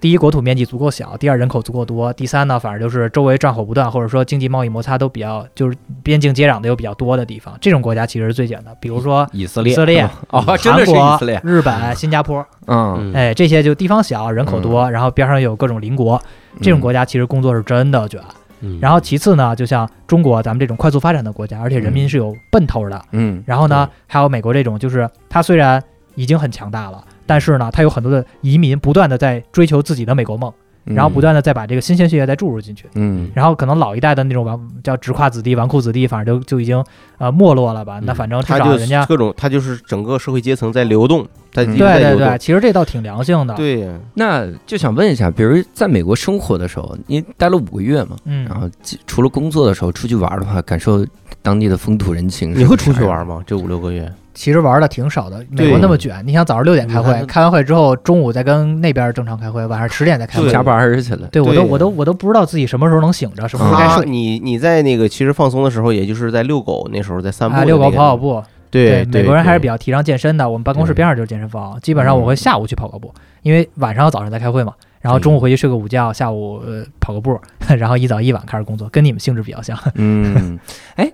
C: 第一，国土面积足够小；第二，人口足够多；第三呢，反正就是周围战火不断，啊或者说经济贸易摩擦都比较，就是边境接壤的又比较多的地方，这种国家其实是最卷的。比如说
A: 以色列
C: 以色列
A: 哦，真
C: 韩
A: 的是以
C: 国
A: 色列、
C: 日本、新加坡，
A: 嗯
B: 嗯
C: 哎，这些就地方小，人口多，然后边上有各种邻国，
A: 嗯
C: 这种国家其实工作是真的卷。
B: 嗯
C: 然后其次呢，就像中国咱们这种快速发展的国家，而且人民是有奔头的。
A: 嗯
C: 然后呢，还有美国这种，就是它虽然已经很强大了，但是呢，它有很多的移民不断的在追求自己的美国梦，
A: 嗯，
C: 然后不断的再把这个新鲜血液再注入进去。
A: 嗯
C: 然后可能老一代的那种纨叫直胯子弟、纨绔子弟，反正就就已经呃没落了吧。那
B: 嗯
C: 反正至
B: 他
C: 少
B: 就
C: 人家
B: 各种，他就是整个社会阶层在流动，在
A: 嗯
B: 一
C: 对
B: 直在
C: 对
B: 流
C: 对，
B: 动。
C: 其实这倒挺良性的。
B: 对，
A: 那就想问一下，比如在美国生活的时候，你待了五个月嘛，
C: 嗯
A: 然，后既除了工作的时候出去玩的话，感受当地的风土人情，
B: 你会出去玩？吗？这五六个月，
C: 其实玩的挺少的。美国
B: 对
C: 那么卷，你想早上六点开
B: 你
C: 会，
B: 看
C: 开完会之后中午再跟那边正常开会，晚上十点再开会
B: 对。
A: 加班儿去了，
C: 对我都
B: 对
C: 我都我都不知道自己什么时候能醒着，什么时候该
B: 他
C: 睡。
B: 你你在那个其实放松的时候，也就是在遛狗那时候在散步
C: 啊，
B: 的那
C: 遛
B: 个，
C: 狗、跑跑步，
B: 对。对，
C: 美国人还是比
B: 较
C: 较提倡健身的。我们办公室
B: 对嗯
C: 边上就是健身房，基本上我会下午去跑个步，因为晚上和早上在开会嘛，然后中
B: 嗯
C: 午回去睡个午觉，下午呃跑个步， 然后一早一晚开始工作，跟你们性质比较像。
A: 嗯， 哎，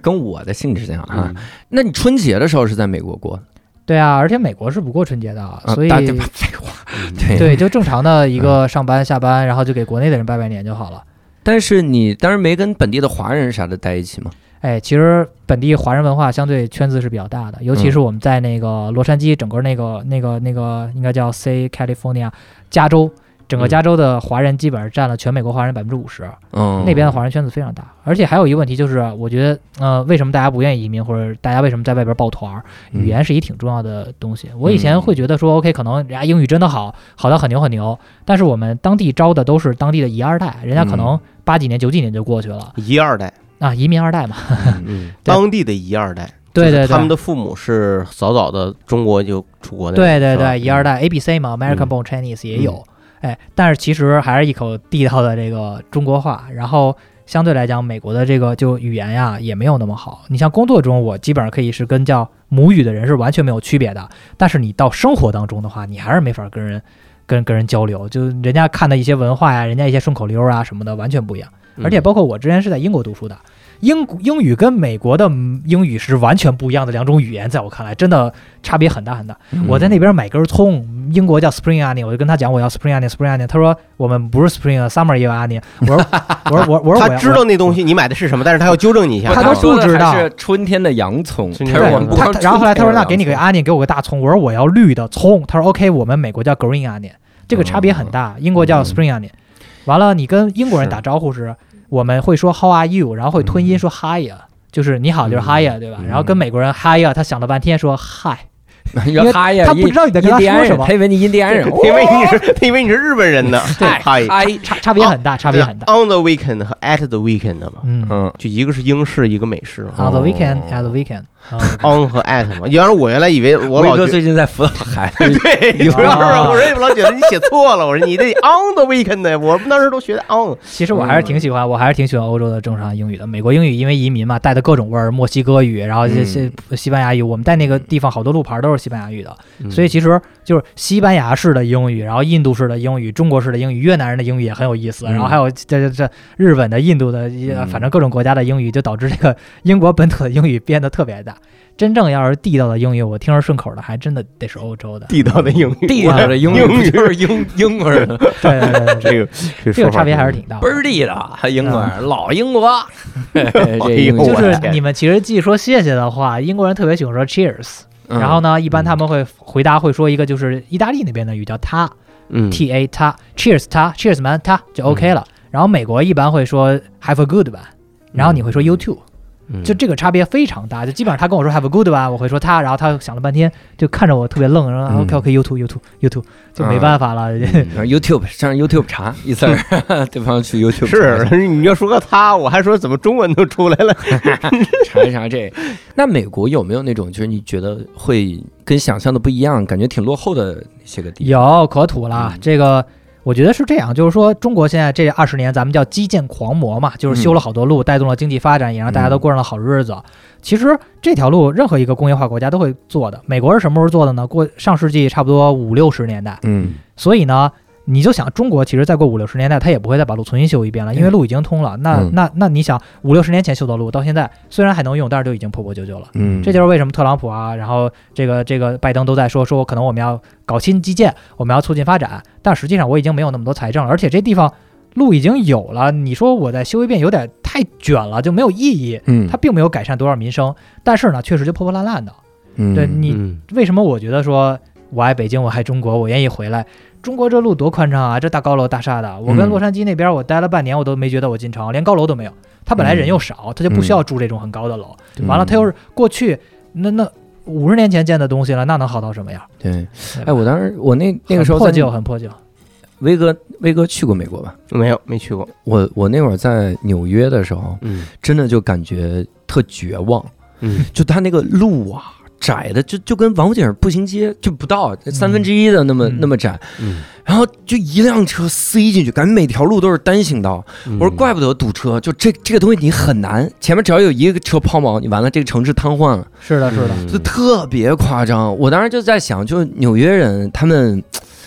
A: 跟我的性质这样
B: 嗯
A: 啊。那你春节的时候是在美国过的？
C: 对啊，而且美国是不过春节的，
A: 啊
C: 所以
A: 大家废话，
B: 嗯
A: 对
C: 对就正常的一个上班下班，然后就给国内的人拜拜年就好了。
A: 但是你当然没跟本地的华人啥的在一起嘛。
C: 哎，其实本地华人文化相对圈子是比较大的，尤
B: 嗯
C: 其是我们在那个洛杉矶整个那个那个那个应该叫 C California 加州，整个
B: 嗯哦
C: 加州的华人基本上占了全美国华人百分之五十，
A: 嗯，
C: 那边的华人圈子非常大。而且还有一个问题就是，我觉得呃，为什么大家不愿意移民，或者大家为什么在外边抱团儿？
A: 嗯
C: 语言是一挺重要的东西。我以前
B: 嗯
C: 会觉得说，OK，可能人家英语真的好，好到很牛很牛，但是我们当地招的都是当地的一二代，人家可能
A: 嗯
C: 八几年九几年就过去了
B: 一二代，
C: 啊，移民二代嘛。
B: 嗯，
C: 对
B: 当地的一二代，
C: 对
B: 就是
C: 对对，
B: 他们的父母是早早的中国就出国的，
C: 对对
B: 是吧
C: 对，一二，代 A B C 嘛，American
B: 嗯
C: Born Chinese 也有，哎，但是其实还是一口地道的这个中国话。然后相对来讲，美国的这个就语言呀也没有那么好。你像工作中，我基本上可以是跟叫母语的人是完全没有区别的，但是你到生活当中的话，你还是没法跟人跟跟人交流，就人家看的一些文化呀，人家一些顺口溜啊什么的完全不一样。
B: 嗯
C: 而且包括我之前是在英国读书的，英英语跟美国的英语是完全不一样的两种语言，在我看来，真的差别很大很大。我
A: 嗯
C: 在那边买根葱，英国叫 spring onion，我就跟他讲我要 spring onion，spring onion，他说我们不是 spring onion，summer 也有 onion。我说我说我我说我
B: 他
C: 要
B: 知道那东西你买的是什么，但是他要纠正你一下啊
A: 不
C: 他。
A: 他
C: 都
A: 说的
C: 不知道
A: 还是春天的洋葱，
B: 春
A: 他说
B: 天的
A: 我
B: 洋
A: 们不
B: 葱
C: 他
A: 光
C: 他然后后来他说那给你个
A: 个
C: onion，给我个大葱。我说我要绿的葱，他说 OK，我们美国叫 green onion，这个差别很
A: 哦
C: 大。英
A: 嗯
C: 国叫 spring onion。完了，你跟英国人打招呼时，我们会说 How are you，然后会吞音说 Hi 呀，就是你好就是 Hi 呀，对吧？
A: 嗯
C: 然后跟美国人 Hi 呀，他想了半天说 Hi，因为
A: 原哈呀，
C: 他不知道你在跟
A: 印
C: 他
A: 第安
C: 说什
A: 人，
C: 么
A: 他，以为你印第安人，
B: 他以为你是，他以为你是日本人呢。嗨，
A: 嗨，
C: 差差别很大，哦差别很大。
B: On the weekend 和 at the weekend 嘛，
C: 嗯
A: 嗯，
B: 就一个是英式，一个美式嘛。
C: ，On the weekend, at the weekend，嗯
B: On 和 at 嘛，要是我原来以为我老
A: 威哥
B: 觉得
A: 最近在辅导孩 子，
B: 对，
A: 有
B: 主要是
C: 啊
B: 我说老觉得你写错了，我说你这 on the weekend 呢，我们当时都学的 on。
C: 其实我还是挺喜欢，我还是挺喜欢欧洲的正常英语的。美国英语因为移民嘛，带的各种味儿，墨西哥语，然后这些西班牙语，我们在那个地方好多路牌都是西班牙语的，
A: 嗯
C: 所以其实就是西班牙式的英语，然后印度式的英语，中国式的英语，越南人的英语也很有意思，
A: 嗯
C: 然后还有这这这日本的、印度的，
A: 嗯
C: 反正各种国家的英语，就导致这个英国本土的英语变得特别大。真正要是地道的英语，我听着顺口的，还真的得是欧 洲的。
B: 地道的英语，
A: 地上的英语
B: 英
A: 不
B: 语
A: 就是英英国人吗，
C: 对对对对对，
B: 这个这
C: 这个差别还是挺大的
A: 倍。儿地道，啊英国人，老英 国，
B: 呦
A: 这英国
C: 嗯就
B: 我的
C: 是
B: 天
C: 你们其实记说谢谢的话，英国人特别喜欢说 cheers，
A: 嗯
C: 然后呢，一般他们会回答会说一个就是意大利那边的语叫他
B: 嗯
C: t a 他 cheers 他 cheers man 他
A: 嗯
C: 就 OK 了。然后美国一般会说 have a good one，然后你
A: 嗯
C: 会说 you too，就这个差别非常大。就基本上他跟我说 have a good one，我会说他，然后他想了半天就看着我特别愣，然后
A: 嗯
C: OK OK you too you too you too，就没
A: 嗯
C: 办法了。
A: 然后 YouTube 上 YouTube 查一 次，对方去 YouTube 查一下
B: 是，你要说个他，我还说怎么中文都出来了。
A: 查一查这。那美国有没有那种就是你觉得会跟想象的不一样，感觉挺落后的那些个地方？
C: 有可土了
A: 嗯，
C: 这个。我觉得是这样，就是说，中国现在这二十年，咱们叫基建狂魔嘛，就是
A: 嗯
C: 修了好多路，带动了经济发展，也让大家都过上了好日子。其实这条路，任何一个工业化国家都会做的。美国是什么时候做的呢？过上世纪差不多五六十年代，
A: 嗯，
C: 所以呢，你就想，中国其实再过五六十年代，它也不会再把路重新修一遍了，因为
A: 嗯
C: 路已经通了。那
A: 嗯
C: 那那你想，五六十年前修的路，到现在虽然还能用，但是就已经破破旧旧了。
A: 嗯，
C: 这就是为什么特朗普啊，然后这个这个拜登都在说说，可能我们要搞新基建，我们要促进发展，但实际上我已经没有那么多财政了，而且这地方路已经有了，你说我再修一遍有点太卷了，就没有意义。
A: 嗯，
C: 它并没有改善多少民生，但是呢，确实就破破烂烂的。
A: 嗯
C: 对你
B: 嗯
C: 为什么我觉得说我爱北京，我爱中国，我愿意回来？中国这路多宽敞啊，这大高楼大厦的。我跟
A: 嗯
C: 洛杉矶那边我待了半年，我都没觉得我进城，连高楼都没有。他本来人又少，他就不需要住这种很高的楼。
A: 嗯
C: 完了，他又是过去那那五十年前建的东西了，那能好到什么样？
A: 对。
C: 对吧
A: 哎，我当时我那那个时候
C: 很
A: 在
C: 破旧，很破旧。
A: 威哥威哥去过美国吧？
B: 没有没去过，
A: 我我那会儿在纽约的时候，
B: 嗯
A: 真的就感觉特绝望，
B: 嗯，
A: 就他那个路啊。窄的就就跟王府井步行街就不到三分之一的那么、
C: 嗯
A: 那么窄，
B: 嗯
A: 然后就一辆车塞进去，感觉每条路都是单行道。
B: 嗯
A: 我说怪不得堵车，就这这个东西你很难，前面只要有一个车抛锚，你完了这个城市瘫痪了，
C: 是的，
B: 嗯
C: 是的。
A: 就特别夸张。我当时就在想，就是纽约人他们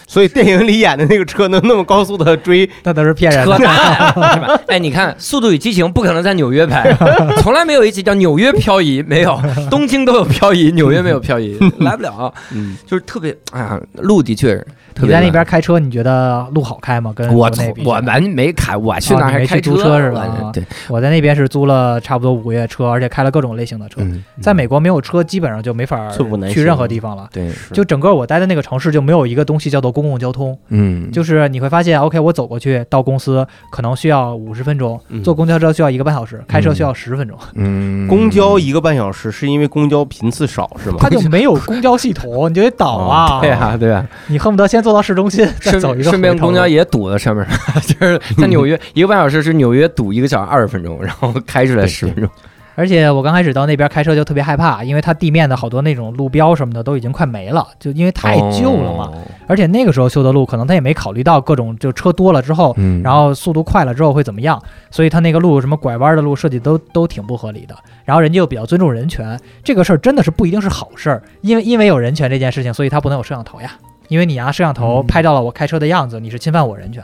B: 所以电影里演的那个车能那么高速的追，
C: 那都是骗人
A: 扯
C: 的。
A: 淡，是吧？哎，你看《哎速度与激情》不可能在纽约 拍，从来没有一集叫纽约漂移，没有，东京都有漂移，纽约没有漂 移，来不了，
B: 嗯，
A: 就是特别，哎呀，路的确是特别
C: 你在
A: 烂。
C: 那边开车，你觉得路好开吗？跟
A: 我
C: 国内
A: 从
C: 比
A: 我们没开，我去
C: 哦
A: 那儿
C: 你
A: 还
C: 没
A: 开
C: 去租车是吧
A: 我
C: 啊
A: 对，
C: 我在那边是租了差不多五个月车，而且开了各种类型的车。
A: 嗯，
C: 在美国没有车，基本上就没法
B: 寸步难
C: 去
B: 行
C: 任何地方了。
B: 嗯
A: 对，
C: 就整个我待的那个城市就没有一个东西叫做公共交通，
A: 嗯，
C: 就是你会发现，OK，我走过去到公司可能需要五十分钟，
B: 嗯
C: 坐公交车需要一个半小时，开车需要十分钟，
A: 嗯，
B: 公交一个半小时，是因为公交频次少是吗？
C: 它就没有公交系统，你就得倒啊，
A: 对啊，对啊，
C: 你恨不得先坐到市中心， 再
A: 顺
C: 走一个
A: 顺便公交
C: 也
A: 也堵在上面， 就是在纽约一个半小时是纽约堵一个小时二十分钟，然后开出来十分钟，
C: 而且我刚开始到那边开车就特别害怕，因为它地面的好多那种路标什么的都已经快没了，就因为太旧了嘛。
A: 哦，
C: 而且那个时候修的路，可能他也没考虑到各种就车多了之后，
A: 嗯，
C: 然后速度快了之后会怎么样？所以他那个路什么拐弯的路设计都都挺不合理的。然后人家又比较尊重人权，这个事儿真的是不一定是好事儿，因为因为有人权这件事情，所以他不能有摄像头呀。因为你拿摄像头
A: 嗯
C: 拍到了我开车的样子，你是侵犯我人权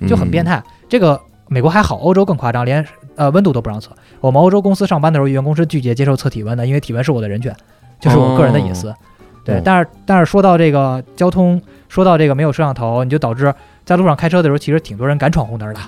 C: 的，就很变态。这个美国还好，欧洲更夸张，连呃温度都不让测。我们欧洲公司上班的时候，员工是拒绝接受测体温的，因为体温是我的人权，就是我个人的隐私。对
A: 哦，
C: 但是但是说到这个交通，说到这个没有摄像头，你就导致在路上开车的时候，其实挺多人敢闯红灯的。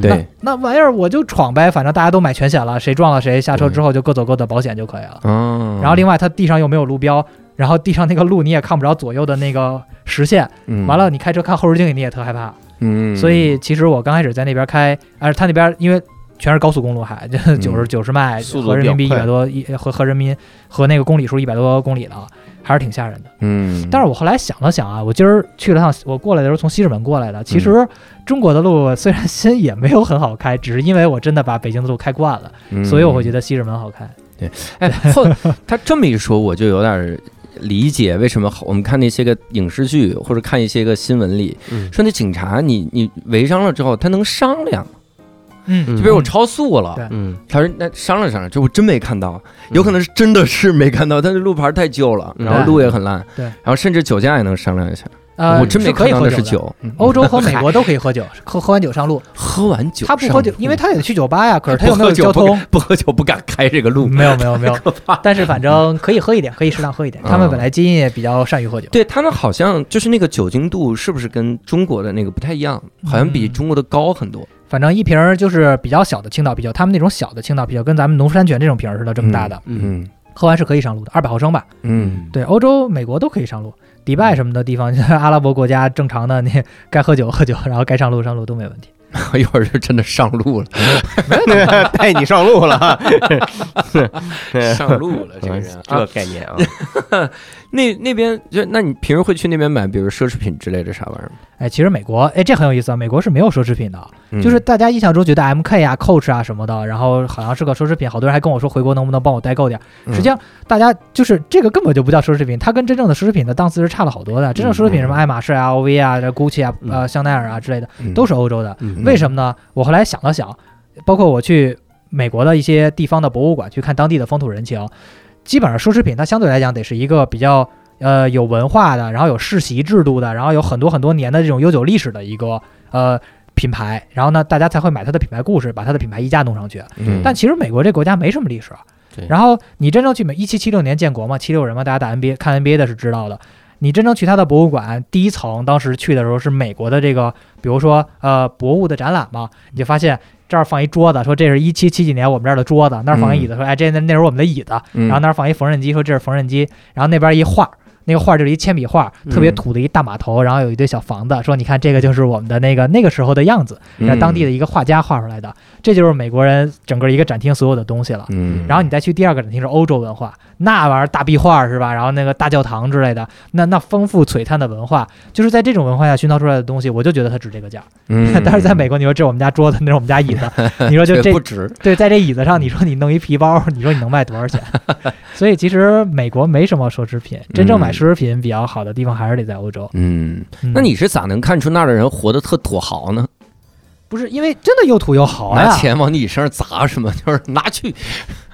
A: 对，
C: 那玩意儿我就闯呗，反正大家都买全险了，谁撞了谁，下车之后就各走各的保险就可以了。
A: 嗯，
C: 然后另外它地上又没有路标，然后地上那个路你也看不着左右的那个实线，
A: 嗯
C: 完了，你开车看后视镜你也特害怕。
A: 嗯，
C: 所以其实我刚开始在那边开，而他那边因为全是高速公路还，就
A: 嗯
C: 九十九十迈，
B: 速度
C: 合人民币一
B: 比较
C: 百
B: 快
C: 多，一呃和和人民和那个公里数一百多公里的，还是挺吓人的。
A: 嗯，
C: 但是我后来想了想啊，我今儿去了趟，我过来的时候从西直门过来的。其
A: 嗯
C: 实中国的路虽然新也没有很好开，只是因为我真的把北京的路开惯了，
A: 嗯
C: 所以我会觉得西直门好开。
A: 哎，后他这么一说，我就有点儿理解为什么好我们看那些个影视剧或者看一些个新闻里，
B: 嗯
A: 说那警察你你违章了之后，他能商量，
C: 嗯
A: 就比如我超速了，
C: 对嗯
B: 嗯
A: 他说那商量商量，这我真没看到，有可能是真的是没看到，但是路牌太旧了，
B: 嗯
A: 然后路也很烂，
C: 对
A: 然后甚至酒驾也能商量一下，
C: 呃，
A: 我真没
C: 是可
A: 看
C: 以
A: 到
C: 喝
A: 那是
C: 酒的。嗯
A: 酒，
C: 欧洲和美国都可以喝酒，喝喝完酒上路。
A: 喝完 酒
C: 他不喝酒
A: 上，路
C: 因为他也去酒吧呀，可是他
A: 不
C: 又没
A: 喝
C: 有
A: 酒
C: 交
A: 不
C: 通。
A: 不喝酒不敢开这个路，
C: 没有没有没有，但是反正可以喝一点，可以适当喝
A: 嗯
C: 一点。他们本来基因也比较善于喝酒，
A: 对他们好像就是那个酒精度是不是跟中国的那个不太一样？好像比
C: 嗯
A: 中国的高很多。
C: 反正一瓶儿就是比较小的青岛啤酒，他们那种小的青岛啤酒跟咱们农夫山泉这种瓶儿似的这么大的，
A: 嗯
C: 喝完是可以上路的，二百毫升吧。
A: 嗯
C: 对，欧洲、美国都可以上路，迪拜什么的地方， 就是阿拉伯国家正常的，你 该喝酒喝酒，然后该上路上路都没问题。
A: 一会儿就真的上路了，
B: 带你上路了，
A: 上路了这个人
B: 嗯 这
A: 啊。
B: 概念啊，
A: 那那边就那你平时会去那边买，比如奢侈品之类的啥玩意儿吗？
C: 哎，其实美国，哎，这很有意思啊，美国是没有奢侈品的，啊
A: 嗯
C: 就是大家印象中觉得 MK 啊、Coach 啊什么的，然后好像是个奢侈品，好多人还跟我说回国能不能帮我代购点儿。
A: 嗯
C: 实际上，大家就是这个根本就不叫奢侈品，它跟真正的奢侈品的档次是差了好多的。真正奢侈品什么爱马仕啊、LV 啊、这 GUCCI 啊、
B: 嗯
C: 呃香奈儿啊之类的，
A: 嗯
C: 都是欧洲的。
B: 嗯
C: 为什么呢？我后来想了想，包括我去美国的一些地方的博物馆去看当地的风土人情，基本上奢侈品它相对来讲得是一个比较呃有文化的，然后有世袭制度的，然后有很多很多年的这种悠久历史的一个呃品牌，然后呢大家才会买它的品牌故事，把它的品牌溢价弄上去。
A: 嗯
C: 但其实美国这国家没什么历史啊
B: 对。
C: 然后你真正去美，一七七六年建国嘛，七六人嘛，大家打 NBA 看 NBA 的是知道的。你真正去它的博物馆，第一层当时去的时候是美国的这个，比如说呃博物的展览嘛，你就发现这儿放一桌子，说这是一七七几年我们这儿的桌子，那儿放一椅子，说哎这那那是我们的椅子，
A: 嗯
C: 然后那儿放一缝纫机，说这是缝纫机，然后那边一画儿，那个画儿就是一铅笔画儿，特别
A: 嗯
C: 土的一大码头，然后有一堆小房子，说你看这个就是我们的那个那个时候的样子，那
A: 嗯
C: 当地的一个画家画出来的，这就是美国人整个一个展厅所有的东西了。
A: 嗯，
C: 然后你再去第二个展厅是欧洲文化，那玩意儿大壁画是吧？然后那个大教堂之类的，那那丰富璀璨的文化，就是在这种文化下熏陶出来的东西，我就觉得它值这个价儿。
A: 嗯
C: 但是在美国，你说这是我们家桌子，那是我们家 椅子，你说就
A: 这
C: 这
A: 不值，
C: 对，在这椅子上，你说你弄一皮包，你说你能卖多少钱？ 所以其实美国没什么奢侈品，真正买奢侈品比较好的地方还是得在欧洲。
A: 嗯，
C: 嗯
A: 那你是咋能看出那儿的人活得特土豪呢？
C: 不是因为真的又土又豪呀
A: 拿？钱往你身上砸是吗？ 就是拿去，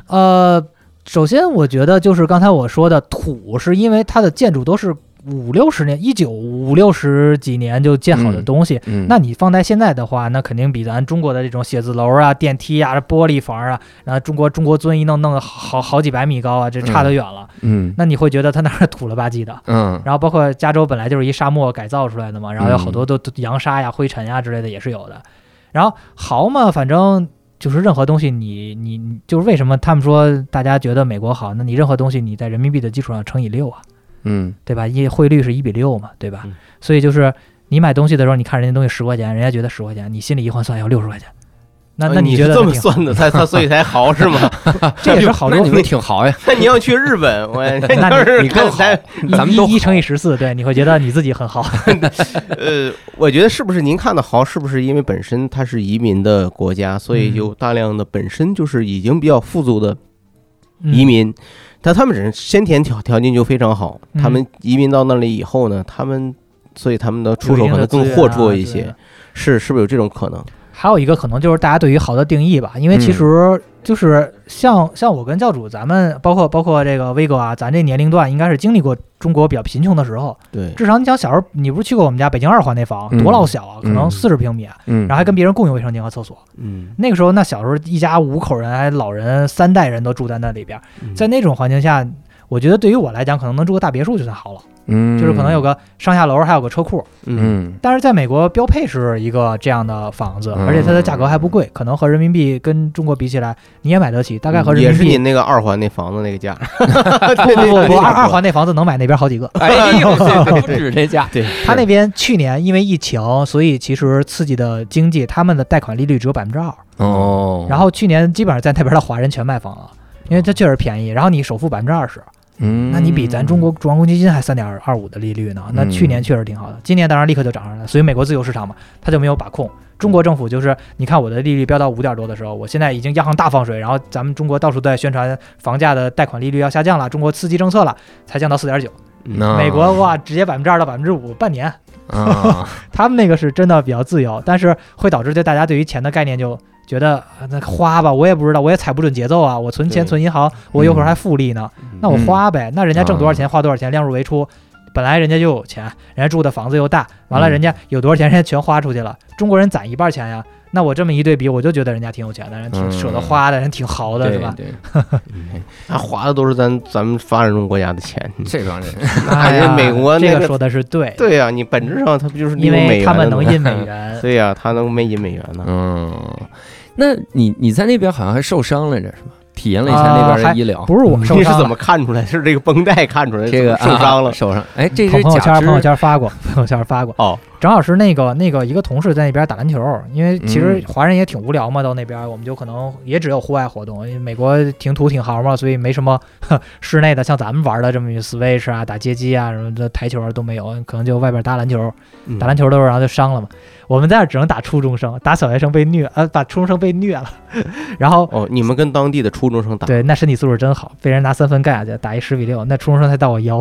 C: 呃，首先我觉得就是刚才我说的土，是因为它的建筑都是五六十年、一九五六十几年就建好的
A: 嗯
C: 东西。
A: 嗯
C: 那你放在现在的话，那肯定比咱中国的这种写字楼啊、电梯啊、玻璃房啊，然后中国中国尊一弄弄好好几百米高啊，这差得远了。
A: 嗯
C: 那你会觉得它那儿土了吧唧的。
A: 嗯
C: 然后包括加州本来就是一沙漠改造出来的嘛，然后有
B: 嗯
C: 好多都都扬沙呀、灰尘呀之类的也是有的。然后豪嘛，反正就是任何东西你你你就是为什么他们说大家觉得美国好，那你任何东西你在人民币的基础上乘以六啊，
A: 嗯
C: 对吧？一汇率是一比六嘛，对吧？
B: 嗯
C: 所以就是你买东西的时候，你看人家东西十块钱，人家觉得十块钱，你心里一换算要六十块钱，那
B: 哦
C: 那
B: 呃你
C: 觉
B: 是
C: 得
B: 这
C: 它
B: 么
C: 挺
B: 算的，才他所以才豪是 吗？
C: 这也是好
A: 那
C: 多
A: 你。们挺豪呀，
B: 那你要去日本，我那
C: 那
B: 要是
A: 你更
B: 看咱
A: 咱们都
C: 一一
A: 豪
C: 乘以十四，对，你会觉得你自己 很好。
B: 呃，我觉得是不是您看的豪，是不是因为本身它是移民的国家，所以
C: 嗯
B: 有大量的本身就是已经比较富足的
C: 嗯
B: 移民，但他们只是先天条条件就非常好，
C: 嗯
B: 他们移民到那里以后呢，他们所以他们的出手
C: 有
B: 可
C: 一定
B: 能更
C: 的资源
B: 阔
C: 啊
B: 绰一
C: 之类的
B: 些，是是不是有这种可能？
A: 嗯
C: 还有一个可能就是大家对于好的定义吧，因为其实就是像像我跟教主，咱们包括包括这个威哥啊，咱这年龄段应该是经历过中国比较贫穷的时候。
B: 对，
C: 至少你想小时候，你不是去过我们家北京二环那房，
A: 嗯
C: 多老小啊，可能
A: 嗯
C: 四十平米，
A: 嗯，
C: 然后还跟别人共用卫生间和厕所。
B: 嗯，
C: 那个时候，那小时候一家五口人，还老人三代人都住在那里边，在那种环境下，我觉得对于我来讲，可能能住个大别墅就算好了，
A: 嗯，
C: 就是可能有个上下楼，还有个车库。
B: 嗯
A: 嗯
C: 但是在美国，标配是一个这样的房子，
A: 嗯
C: 而且它的价格还不贵，可能和人民币跟中国比起来，你也买得起，大概和人
B: 也
C: 民
B: 是你
C: 币。
B: 那个二环那房子那个价，
C: 不不不不，二二
B: 环
C: 环那房子能买那边好几个。
A: 哎呦，这不止这价，
B: 对，
C: 他那边去年因为疫情，所以其实刺激的经济，他们的贷款利率只有百分之二。
A: 哦，
C: 嗯然后去年基本上在那边的华人全卖房了，因为它确实便宜。然后你首付百分之二十，
A: 嗯，
C: 那你比咱中国主王公积金还三点二五的利率呢，那去年确实挺好的，今年当然立刻就涨上来了。所以美国自由市场嘛，它就没有把控。中国政府就是，你看我的利率飙到五点多的时候，我现在已经央行大放水，然后咱们中国到处都在宣传房价的贷款利率要下降了，中国刺激政策了，才降到四点九。
A: 那
C: 美国哇，直接百分之二到百分之五，半年。
A: 啊，
C: 他们那个是真的比较自由，但是会导致对大家对于钱的概念就觉得啊那花吧，我也不知道，我也踩不准节奏啊，我存钱
B: 对
C: 存银行，我一会儿还复利呢，
B: 嗯
C: 那我花呗，那人家挣多少钱花多少钱，量入为出。本来人家就有钱，人家住的房子又大，完了
A: 嗯
C: 人家有多少钱，人家全花出去了。中国人攒一半钱呀，那我这么一对比，我就觉得人家挺有钱的，人挺舍得花的，人挺豪的，
A: 对
C: 是吧？
A: 对，
B: 那花的都是咱咱们发展中国家的钱。
C: 嗯
A: 这帮人，
C: 哎呀
B: 人家美国
C: 这
B: 那
C: 个
B: 个
C: 说的是对，
B: 对呀，你本质上它不就是利
C: 因
B: 用美
C: 为
B: 元
C: 他们
B: 的
C: 能
B: 吗
C: 印美元，
B: 对呀，它能没引美元呢。
A: 嗯，那你你在那边好像还受伤了，这是吧？体验了一下那边的医疗，
C: 啊不是我受
B: 你是
C: 伤
B: 怎
C: 了。
B: 么看出来？是这个绷带看出来
A: 这个
B: 受伤了
A: 啊？受伤，哎，这
C: 朋
A: 是
C: 友圈
A: 假肢
C: 朋友圈发过， 朋友圈发过。
B: 哦，
C: 正好是那个那个一个同事在那边打篮球，因为其实
A: 嗯
C: 华人也挺无聊嘛，到那边我们就可能也只有户外活动。因为美国挺土挺豪嘛，所以没什么呵室内的像咱们玩的这么一 Switch 啊、打街机啊什么的台球啊都没有，可能就外边打篮球。
A: 嗯
B: 嗯
C: 打篮球的时候然后就伤了嘛。我们在那儿只能打初中生，打小学生被虐，呃，打初中生被虐了。 然后
B: 哦，你们跟当地的初中生打，
C: 对，那身体素质真好，被人拿三分盖下去，打一十比六，那初中生才到我腰。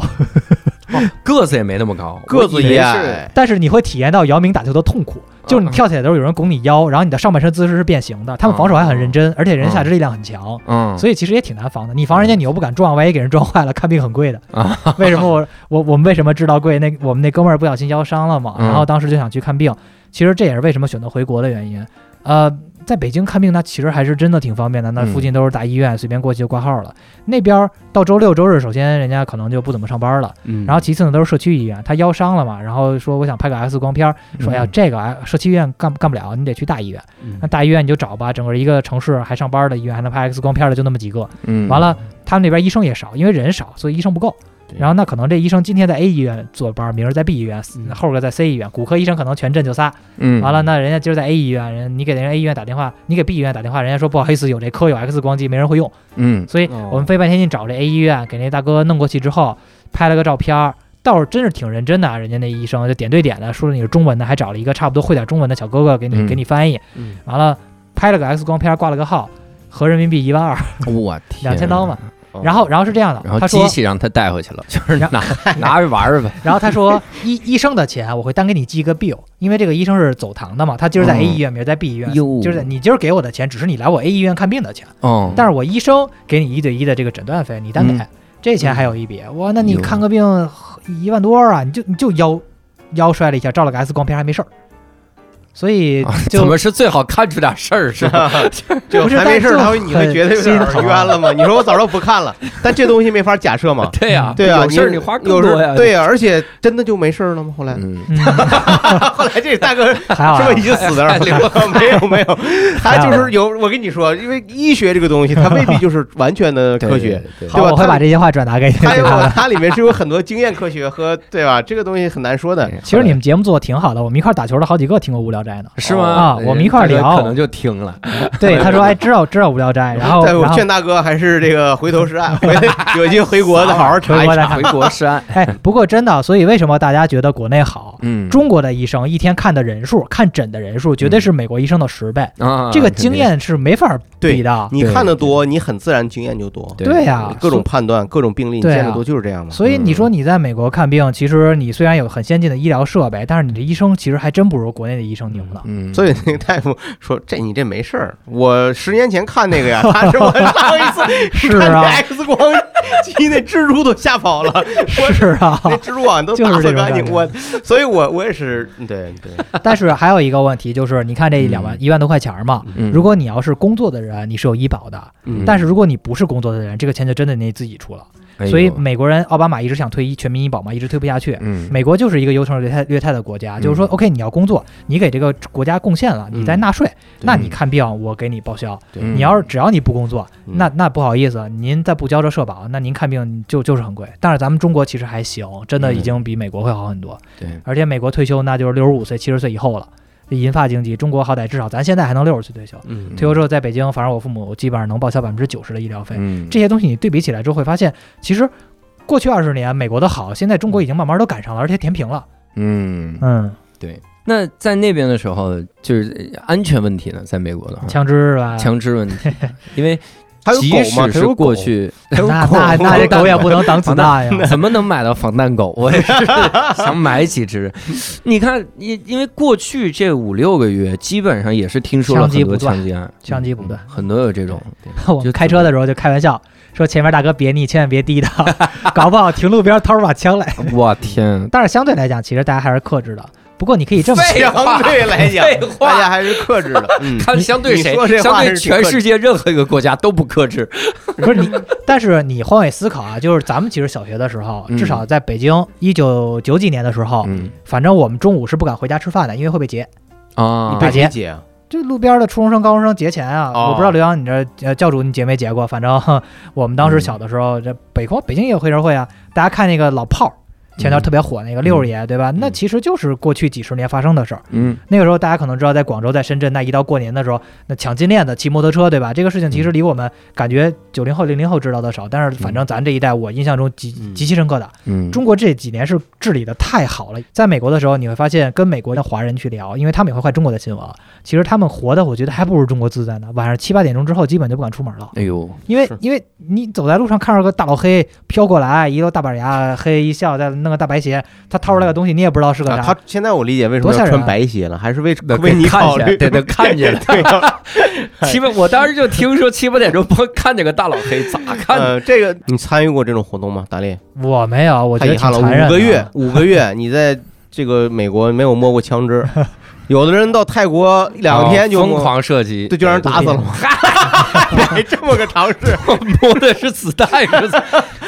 A: 个子也没那么高，
B: 个子
A: 也
B: 也
A: 是，
B: 矮，
C: 但是你会体验到姚明打球的痛苦，
A: 嗯
C: 就是你跳起来的时候有人拱你腰，然后你的上半身姿势是变形的。他们防守还很认真，而且人下肢力量很强，
A: 嗯，
C: 所以其实也挺难防的。你防人家，你又不敢撞，万一给人撞坏了，看病很贵的
A: 啊。
C: 为什么我我我们为什么知道贵？那我们那哥们儿不小心腰伤了嘛，
A: 嗯
C: 然后当时就想去看病。其实这也是为什么选择回国的原因。呃，在北京看病，那其实还是真的挺方便的，那
A: 嗯
C: 附近都是大医院，随便过去就挂号了。那边儿到周六周日，首先人家可能就不怎么上班了。
B: 嗯
C: 然后其次呢都是社区医院，他腰伤了嘛，然后说我想拍个 X 光片儿，
B: 嗯
C: 说哎呀这个啊社区医院干干不了，你得去大医院。那大医院你就找吧，整个一个城市还上班的医院还能拍 X 光片的就那么几个。
A: 嗯，
C: 完了，他们那边医生也少，因为人少，所以医生不够。
B: 对
C: 然后那可能这医生今天在 A 医院坐班，明儿在 B 医院，
B: 嗯
C: 后儿个在 C 医院，骨科医生可能全镇就仨。
A: 嗯，
C: 完了，那人家今儿在 A 医院，人你给人家 A 医院打电话，你给 B 医院打电话，人家说不好意思，有这科有 X 光机，没人会用。
A: 嗯，
C: 所以我们费半天劲找这 A 医院，给那大哥弄过去之后，拍了个照片儿，倒是真是挺认真的啊，人家那医生就点对点的说了你是中文的，还找了一个差不多会点中文的小哥哥给你、
A: 嗯
C: 给你翻译，
B: 嗯
C: 完了拍了个 X 光片儿，挂了个号，合人民币一万二，
A: 我天，
C: 两千刀嘛。
B: 嗯
C: 然后然后是这样的，
A: 然后
C: 他
A: 机
C: 说，
A: 器让他带回去了，就是
C: 然
A: 拿拿着玩儿呗。
C: 然后他说医医生的钱我会单给你记一个 bill，因为这个医生是走堂的嘛，他今儿在 A
A: 嗯
C: 医院，明儿在 B 医院，
A: 哟
C: 就是你今儿给我的钱只是你来我 A 医院看病的钱。
A: 哦，
C: 但是我医生给你一对一的这个诊断费，你单给，
A: 嗯
C: 这钱还有一笔。哇，那你
A: 有
C: 看个病一万多啊，你就你就腰腰摔了一下，照了个 X 光片还没事儿，所以
A: 啊
C: 就、
A: 怎么是最好看出点事儿是吧？
B: 就
C: 不是
B: 还没事儿，
C: 但
B: 他会
C: 是就
B: 你会觉得有点
C: 很
B: 儿冤了吗？你说我早知道不看了，但这东西没法假设 嘛。
A: 对呀，
B: 对啊，
A: 有事儿你花更
B: 有时
A: 多呀。
B: 对呀，啊而且真的就没事儿了吗？后来，
A: 嗯，
C: 嗯、
B: 后来这大哥是
C: 还好、
B: 不
C: 啊
B: 是已。经死那儿了？哎没有没有，他就是有。我跟你说，因为医学这个东西，它未必就是完全的
A: 对
B: 科学，，
A: 对对
C: 好，
B: 吧
C: 我会
B: 他
C: 把这些话转达给 给
A: 哎
B: 它 有
C: 他们。
B: 它里面是有很多经验科学和对吧？这个东西很难说的。
A: 对
C: 其实你们节目做的挺好的，我们一块儿打球的好几个听过《无 聊斋》呢。
A: 是吗？哎
C: 啊我们一块儿
A: 大哥
C: 聊
A: 可能就听了。
C: 对，他说：“哎，知道知道《无聊斋》，然后
B: 但我
C: 然后
B: 劝大哥还是这个回头是岸，回有机会回国的好好查
C: 回
B: 一查。
C: 国再看
A: 回。 国是岸，
C: 哎，不过真的，所以为什么大家觉得国内好？
A: 嗯，
C: 中国的医生一天看的人数，看诊的人数，绝对是美国医生的十倍。
A: 啊，
C: 这个经验是没法比的。
A: 嗯
B: 你看的多，你很自然经验就多，
A: 肯定，对
C: 对呀
B: 各种判断、各种病例，你
C: 对啊
B: 见的多就是这样嘛。
C: 所以你说
A: 嗯
C: 你在美国看病，其实你虽然有很先进的医疗设备，但是你的医生其实还真不如国内的医生牛呢。
A: 嗯，
B: 所以那个大夫说：“这你这没事儿，我十年前看那个 呀，他是我上一次
C: 是
B: 看那
C: 啊
B: X 光机那蜘蛛都吓跑了，
A: 嗯
C: 是 啊，
B: 那蜘蛛网都
C: 就是
B: 打
C: 这
B: 扫
C: 种
B: 干净。
C: 感觉
B: 我，所以我我也是，对对，
C: 但是还有一个问题就是，你看这两万
A: 嗯
C: 一万多块钱儿嘛，
A: 嗯
C: 如果你要是工作的人，你是有医保的；
B: 嗯
C: 但是如果你不是工作的人，这个钱就真的你自己出了。
A: 哎呦
C: 所以美国人奥巴马一直想推全民医保嘛，一直推不下去。
A: 嗯
C: 美国就是一个优胜劣汰劣汰的国家，就是说
A: 嗯
C: ，OK，你要工作，你给这个国家贡献了，你再纳税，那你看病我给你报销。
A: 嗯
C: 你要是只要你不工作，
B: 嗯
C: 那那不好意思，您再不交这社保，那您看病就就是很贵。但是咱们中国其实还行，真的已经比美国会好很多。
A: 对
C: 而且美国退休那就是六十五岁、七十岁以后了。这银发经济，中国好歹至少咱现在还能六十岁退休。
B: 嗯
C: 退休之后在北京，反正我父母基本上能报销百分之九十的医疗费。
A: 嗯
C: 这些东西你对比起来之后，会发现其实过去二十年美国的好，现在中国已经慢慢都赶上了，而且填平了。
A: 嗯，
C: 嗯，
A: 那在那边的时候，就是呃安全问题呢，在美国的话，
C: 嗯枪支是啊吧？
A: 枪支 问题，因为
B: 还有
A: 即
B: 狗嘛，
A: 使
B: 还
A: 是
B: 有
A: 过
B: 狗，
A: 去
B: 还有
C: 那
B: 狗
C: 那那这狗也不能挡子弹呀。
A: 怎么能买到防弹狗？ 我也是想买几只。你看，因因为过去这五六个月，基本上也是听说了
C: 枪击
A: 很多
C: 不断
A: 枪击案，
C: 枪击不断
A: 嗯很多有这种。
C: 我们开车的时候就开玩笑说，前面大哥别逆，千万别低的， 搞不好停路边掏出把枪来。
A: 我天，
C: 但是相对来讲，其实大家还是克制的。不过你可以这么
A: 废话
B: 相对来讲，
A: 废话
B: 大家还是克制 的。嗯，
A: 看相对
B: 你
A: 谁
B: 说这，话
A: 相对
B: 是
A: 全世界任何一个国家都不克制。
C: 不是你，但是你换位思考啊，就是咱们其实小学的时候，
A: 嗯
C: 至少在北京一九九几年的时候，
A: 嗯
C: 反正我们中午是不敢回家吃饭的，因为会被劫。
A: 啊
C: 被，
B: 理解啊，
C: 就路边的初中生、高中生劫钱啊！
B: 哦
C: 我不知道刘洋你这呃教主你劫没劫过，反正 哼我们当时
A: 嗯
C: 小的时候，这北光北京也有黑社会啊。大家看那个老炮儿，前段
A: 嗯
C: 特别火那个六爷，对吧？那
B: 嗯
C: 其实就是过去几十年发生的事儿。
A: 嗯
C: 那个时候大家可能知道，在广州、在深圳，那一到过年的时候，那抢金链子、骑摩托车，对吧？这个事情其实离我们感觉九零后、零零后知道的少，但是反正咱这一代，我印象中极
B: 嗯
C: 极其深刻的。
A: 嗯，
C: 中国这几年是治理的太好了，在美国的时候，你会发现跟美国的华人去聊，因为他们也会看中国的新闻，啊其实他们活的我觉得还不如中国自在呢。晚上七八点钟之后，基本就不敢出门了，
A: 哎呦，
C: 因为
B: 是
C: 因为你走在路上看着个大老黑飘过来，一个大板牙黑一笑，再弄个大白鞋，他掏出来个东西，你也不知道是个啥。
B: 他现在我理解为什么
C: 多吓
B: 要
C: 人啊
B: 穿白鞋了，还是为
A: 那
B: 为你
A: 看
B: 考
A: 见
B: 虑，
A: 对对，看见了。
B: 对啊，
A: 七八，我当时就听说七八点钟碰看见个大老黑，咋看的？
B: 呃，这个你参与过这种活动吗？达利，
C: 我没有，我觉
B: 太
C: 得
B: 遗
C: 挺
B: 憾了，
C: 残忍的。啊
B: 五个月，五个月，你在这个美国没有摸过枪 支，有的人到泰国两天就
A: 哦疯
B: 摸，
A: 狂射击，
B: 对，就让人打死了，还 这么个尝试，
A: 摸的是子弹，是吧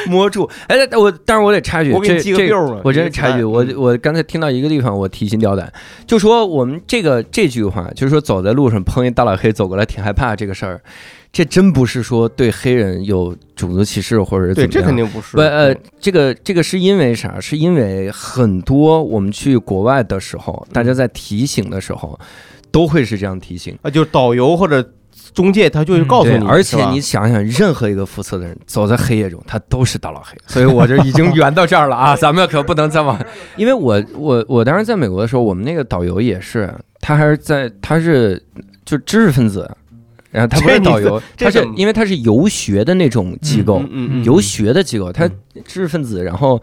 A: 摸住。哎，那我但是我得插一句，
B: 我给你
A: 这
B: 记个嗯
A: 这
B: 溜儿吧
A: 我真
B: 你
A: 是
B: 就
A: 插一
B: 看
A: 句，我我刚才听到一个地方，我提心吊胆，就说我们这个这句话，就是说走在路上碰一大老黑走过来，挺害怕这个事儿，这真不是说对黑人有种族歧视或者是怎
B: 对，
A: 么
B: 这
A: 样
B: 肯定不是，嗯
A: 不呃，这个这个是因为啥？是因为很多我们去国外的时候，大家
B: 嗯
A: 在提醒的时候，都会是这样提醒。
B: 啊，就是导游或者中介他就
C: 嗯
B: 会告诉
A: 对，
B: 你，
A: 而且
B: 是吧嗯
A: 你想想，任何一个肤色的人走在黑夜中，他都是大老 黑。所以我就已经圆到这儿了啊，咱们可不能再往。因为我我我当时在美国的时候，我们那个导游也是，他还是在他是就知识分子，然后他不
B: 这
A: 是
B: 你
A: 导
B: 怎
A: 游，
B: 这
A: 他是
B: 怎么
A: 因为他是游学的那种机构，
B: 嗯嗯嗯，
A: 游学的机构，他
B: 嗯
A: 知识分子，然后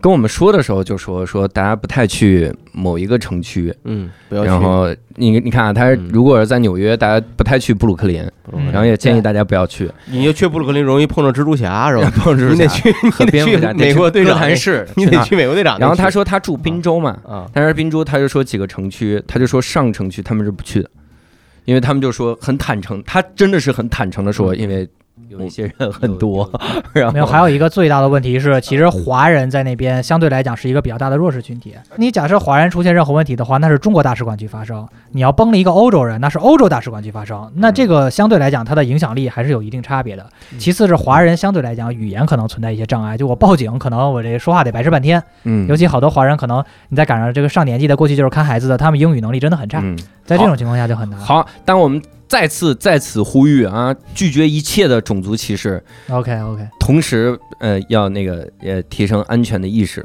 A: 跟我们说的时候就说说大家不太去某一个城区，
B: 嗯，不要去
A: 然，后你你看啊，他
B: 嗯
A: 如果是在纽约，大家不太去布鲁克林，
C: 嗯
A: 然后也建议
C: 对
A: 大家不要去，
B: 你要去布鲁克林容易碰到蜘蛛 侠是吧？
A: 碰
B: 你得去，
A: 河
B: 你
A: 边
B: 得
A: 回家
B: 去美国队
A: 哥
B: 长
A: 谭
B: 那，
A: 市，
B: 你
A: 去
B: 得
A: 那
B: 去美国队长那去，
A: 然后他说他住宾州嘛，
B: 啊，
A: 但是宾州他就说几个城区，他就说上城区他们是不去的，因为他们就说很坦诚，他真的是很坦诚的说，
B: 嗯
A: 因为有一些人很多， 然
C: 没有，
A: 后
C: 还有一个最大的问题是，其实华人在那边相对来讲是一个比较大的弱势群体。你假设华人出现任何问题的话，那是中国大使馆去发声；你要崩了一个欧洲人，那是欧洲大使馆去发声。那这个相对来讲，它的影响力还是有一定差别的。
A: 嗯
C: 其次是华人相对来讲语言可能存在一些障碍，就我报警，可能我这说话得白吃半天。
A: 嗯
C: 尤其好多华人可能你再赶上这个上年纪的，过去就是看孩子的，他们英语能力真的很差，
A: 嗯
C: 在这种情况下就很难。
A: 好，但我们再次在此呼吁啊，拒绝一切的种族歧视，
C: OK OK，
A: 同时呃要那个呃提升安全的意识，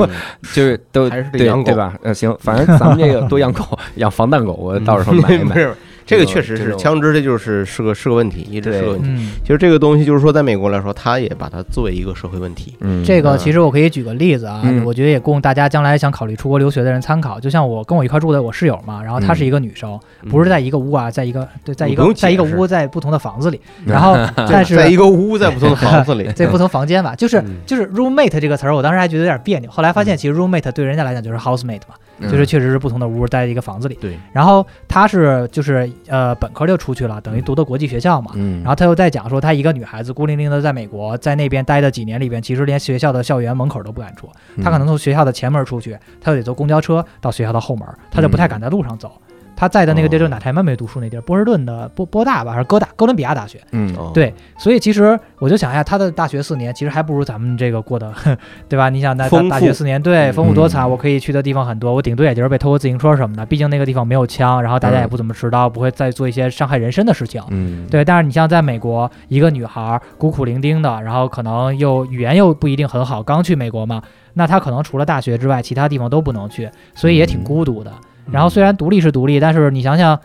B: 嗯
A: 就是都
B: 还是得
A: 对
B: 养狗
A: 对吧？呃，行，反正咱们这个多养狗，养防弹狗，我到时候买一
B: 不
A: 买。
B: 是，这个确实
A: 这
B: 是
A: 种
B: 枪支，这就是是个是个问题，一直是个问题。
C: 嗯，
B: 其实这个东西就是说，在美国来说，它也把它作为一个社会问题。
A: 嗯
C: 这个其实我可以举个例子啊，
A: 嗯
C: 我觉得也供大家将来想考虑出国留学的人参考。就像我跟我一块住的我室友嘛，然后她是一个女生，不是在一个屋啊，在一个对，在
B: 嗯
C: 一
B: 你不用
C: 个在一个
B: 解释嗯
C: 屋，在不同的房子里，然后但是，
B: 在一个屋，在不同的房子里
C: 在不同房间吧，就是
B: 嗯
C: 就是 roommate 这个词儿，我当时还觉得有点别扭，后来发现其实 roommate 对人家来讲就是 housemate 嘛，
A: 嗯
C: 就是确实是不同的屋，在一个房子里。
B: 嗯对，
C: 然后她是就是呃本科就出去了，等于读的国际学校嘛，
A: 嗯，
C: 然后他又在讲说，她一个女孩子孤零零的在美国，在那边待的几年里边，其实连学校的校园门口都不敢出。
A: 嗯
C: 她可能从学校的前门出去，她就得坐公交车到学校的后门，她就不太敢在路上走。她在的那个地儿就是哪台曼没读书那地儿，波士顿的波波大吧，还是哥大哥伦比亚大学。
A: 嗯
B: 哦
C: 对，所以其实我就想一下，她的大学四年其实还不如咱们这个过得， 对吧？你想那大
B: 丰富
C: 大学四年，对，丰富多彩，
A: 嗯
C: 我可以去的地方很多，我顶多也就是被偷个自行车什么的，毕竟那个地方没有枪，然后大家也
A: 嗯
C: 不怎么持刀，不会再做一些伤害人身的事情。
A: 嗯，
C: 对，但是你像在美国，一个女孩儿孤苦伶仃的，然后可能又语言又不一定很好，刚去美国嘛，那她可能除了大学之外，其他地方都不能去，所以也挺
A: 嗯
C: 孤独的。然后虽然独立是独立，但是你想想，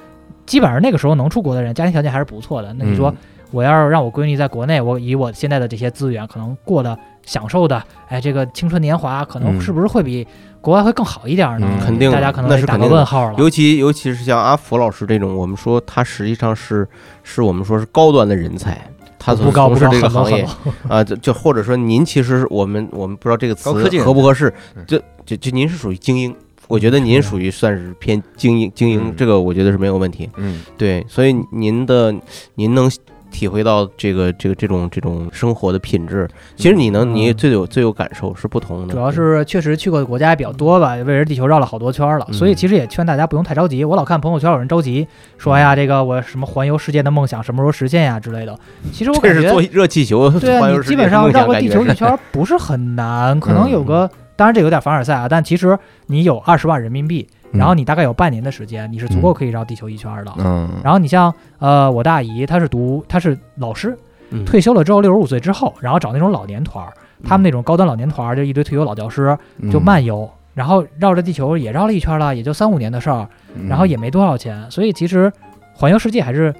C: 基本上那个时候能出国的人，家庭条件还是不错的。那你
B: 嗯
C: 说，我要是让我闺女在国内，我以我现在的这些资源，可能过得享受的，哎，这个青春年华，可能
A: 嗯
C: 是不是会比国外会更好一点儿呢？
A: 嗯
B: 肯定的
C: 大家可能
B: 那
C: 得
B: 是
C: 打
B: 肯
C: 个
B: 定的
C: 问号了。
B: 尤其尤其是像阿福老师这种，我们说他实际上是是我们说是高端的人才，他
C: 不
B: 所
C: 高
B: 从
C: 不
B: 事
C: 高，
B: 这个
C: 很高
B: 行
C: 很
B: 业
C: 高
B: 啊，就就或者说您其实我们我们不知道这个词
A: 高科技人
B: 合不合适
A: 嗯，
B: 就就就您是属于精英。我觉得
C: 嗯
B: 您属于算是偏精英，精英
A: 嗯
B: 这个我觉得是没有问题。
A: 嗯
B: 对，所以您的您能体会到这个这个这种这种生活的品质，其实你能你
C: 嗯
B: 最有最有感受是不同的。
C: 主要是确实去过的国家也比较多吧，围着地球绕了好多圈儿了，
B: 嗯嗯
C: 所以其实也劝大家不用太着急。我老看朋友圈有人着急，说哎呀，这个我什么环游世界的梦想什么时候实现呀之类的。其实我
B: 这
C: 感
B: 是坐
C: 觉，
B: 热气球
C: 对
B: 环
C: 啊，
B: 游
C: 你
B: 世
C: 基
B: 界
C: 本上
B: 梦想
C: 绕个
B: 感
C: 地
B: 觉
C: 球
B: 是嗯
C: 一圈儿不是很难，可能有个，当然这有点凡尔赛啊，但其实你有二十万人民币，
B: 嗯
C: 然后你大概有半年的时间，你是足够可以绕地球一圈儿的。
A: 嗯，
C: 然后你像呃，我大姨她是读她是老师，
B: 嗯
C: 退休了之后六十五岁之后，然后找那种老年团儿，他们那种高端老年团儿就一堆退休老教师，
A: 嗯
C: 就漫游，然后绕着地球也绕了一圈了，也就三五年的事儿，
A: 嗯，
C: 然后也没多少钱，所以其实环游世界还是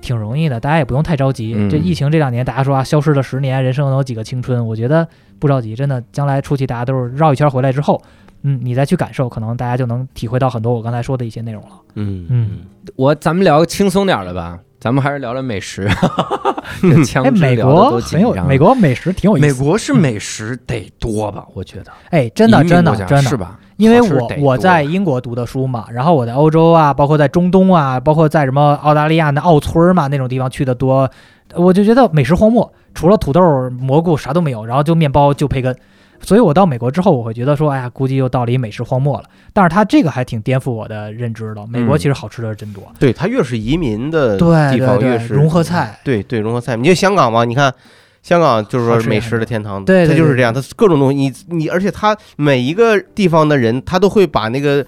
C: 挺容易的，大家也不用太着急。
A: 嗯
C: 这疫情这两年，大家说啊，消失了十年，人生能有几个青春？我觉得不着急，真的，将来初期大家都是绕一圈回来之后。嗯，你再去感受，可能大家就能体会到很多我刚才说的一些内容了。
B: 嗯
C: 嗯
A: 我咱们聊个轻松点儿的吧，咱们还是聊聊美食。 这枪
C: 哎，
A: 支
C: 美
A: 聊得
C: 国
A: 多
C: 很
A: 紧
C: 有
A: 张
C: 美国美食挺有意思
A: 美
C: 的，
A: 国是美食得多吧？我觉得
C: 哎，真的
A: 移民
C: 真的
A: 国家
C: 真的
A: 是吧？
C: 因为
A: 好吃
C: 我
A: 得
C: 我
A: 多
C: 在英国读的书嘛，然后我在欧洲啊，包括在中东啊，包括在什么澳大利亚那澳村儿嘛那种地方去的多，我就觉得美食荒漠，除了土豆、蘑菇啥都没有，然后就面包就培根，所以我到美国之后，我会觉得说，哎呀，估计又到了一美食荒漠了。但是它这个还挺颠覆我的认知的，美
A: 嗯
C: 国其实好吃的是真多，
B: 对，它越是移民的
C: 对
B: 地
C: 对
B: 方，越
C: 对，
B: 是
C: 融合，菜，
B: 对对融合菜。你就香港嘛，你看香港就是
C: 好
B: 说
C: 吃也
B: 美
C: 很
B: 食的
C: 多
B: 天堂，
C: 对对
B: 它就
C: 对
B: 是这样，它各种东西，你你而且它每一个地方的人，他都会把那个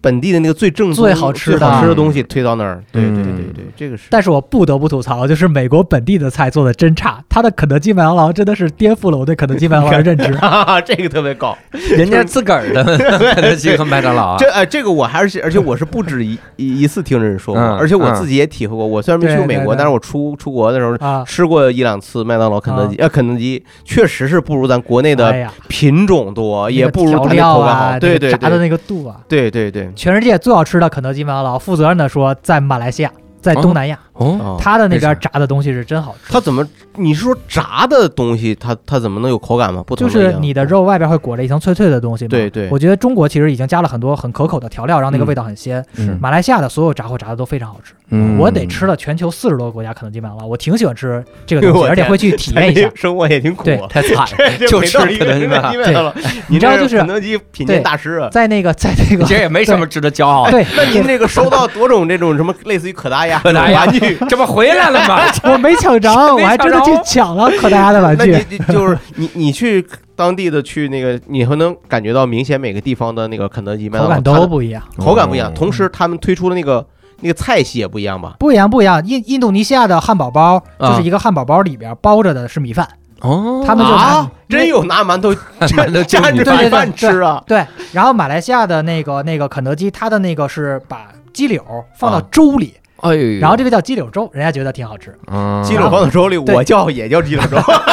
B: 本地的那个最正宗
C: 最好吃的
B: 最好吃的东西推到那儿。对对
A: 嗯
B: 对对，这个是。。
C: 但是我不得不吐槽，就是美国本地的菜做的真差，它的肯德基麦当劳真的是颠覆了我对肯德基麦当劳的认知
B: 哈哈，这个特别高，
A: 人家自个儿的 肯德基和麦当劳啊
B: 这，哎，这个我还是，而且我是不止 一一一次听人说过，
A: 嗯
B: 而且我
A: 嗯
B: 自己也体会过。我虽然没去过
C: 对对
B: 美国，
C: 对
B: 但是我出出国的时候
C: 啊，
B: 吃过一两次麦当劳、肯德基，呃，肯德基确实是不如咱国内
C: 哎
B: 的
C: 呀
B: 品种多，
C: 那
B: 也
C: 个
B: 不如
C: 调
B: 它的
C: 料
B: 口感
C: 啊，
B: 好。对
C: 那个
B: 对
C: 炸
B: 对，
C: 的那个度啊。
B: 对对对，
C: 全世界最好吃的肯德基麦当劳，负责任的说，在马来西亚，在东南亚，
A: 哦，
B: 哦，
C: 他的那
A: 为啥
C: 边炸的东西是真好吃。
B: 它怎么？你是说炸的东西，它它怎么能有口感吗？不同
C: 就
B: 的
C: 是
B: 样嗯
C: 你的肉外边会裹着一层脆脆的东西嘛。
B: 对对
C: 我觉得中国其实已经加了很多很可口的调料，让那个
B: 嗯
C: 味道很鲜。
A: 是
C: 马来西亚的所有炸货炸的都非常好吃，
A: 嗯
C: 我得吃了全球四十多个国家肯德基麦当劳，我挺喜欢吃这个东西，
B: 我
C: 而且
B: 天。
C: 会去体验一下
B: 哎生活也挺苦
C: 对
B: 啊。
A: 太惨 了， 就吃肯德基麦当劳
B: 了。你
C: 你知道
B: 这
C: 就是
B: 肯德基品鉴
C: 对
B: 大师啊。
C: 在那个，在那
A: 其实
C: 个，哦
A: 也没什么值得骄傲的。
C: 对，
B: 那您这个收到多种这种什么类似于可达鸭、
A: 可达鸭
B: 玩具，
A: 这不回来了吗？
C: 我没抢着，我
A: 没
C: 还真的
A: 抢
C: 去
A: 着
C: 抢了可达鸭的 玩
B: 那
C: 具。
B: 你就是你你去当地的去那个，你会能感觉到明显每个地方的那个肯德基、麦当
C: 口
B: 劳
C: 感
B: 它
C: 都
B: 的
C: 不一样，
B: 口感不一样，
A: 哦
B: 同时他们推出的那个那个菜系也不一样吧？
C: 不一样，不一样。印印度尼西亚的汉堡包
B: 啊
C: 就是一个汉堡包里边包着的是米饭，
A: 哦
C: 他们就拿
B: 啊，真有拿馒头
A: 馒头就
B: 蘸
A: 米
B: 着
C: 饭
B: 米饭吃啊！
C: 对。然后马来西亚的那个那个肯德基，它的那个是把鸡柳放到
B: 啊
C: 粥里，
A: 哎呦，
C: 然后这个叫鸡柳粥，人家觉得挺好吃。
A: 嗯
B: 鸡柳棒子粥里，
C: 对
B: 我叫也叫鸡柳粥，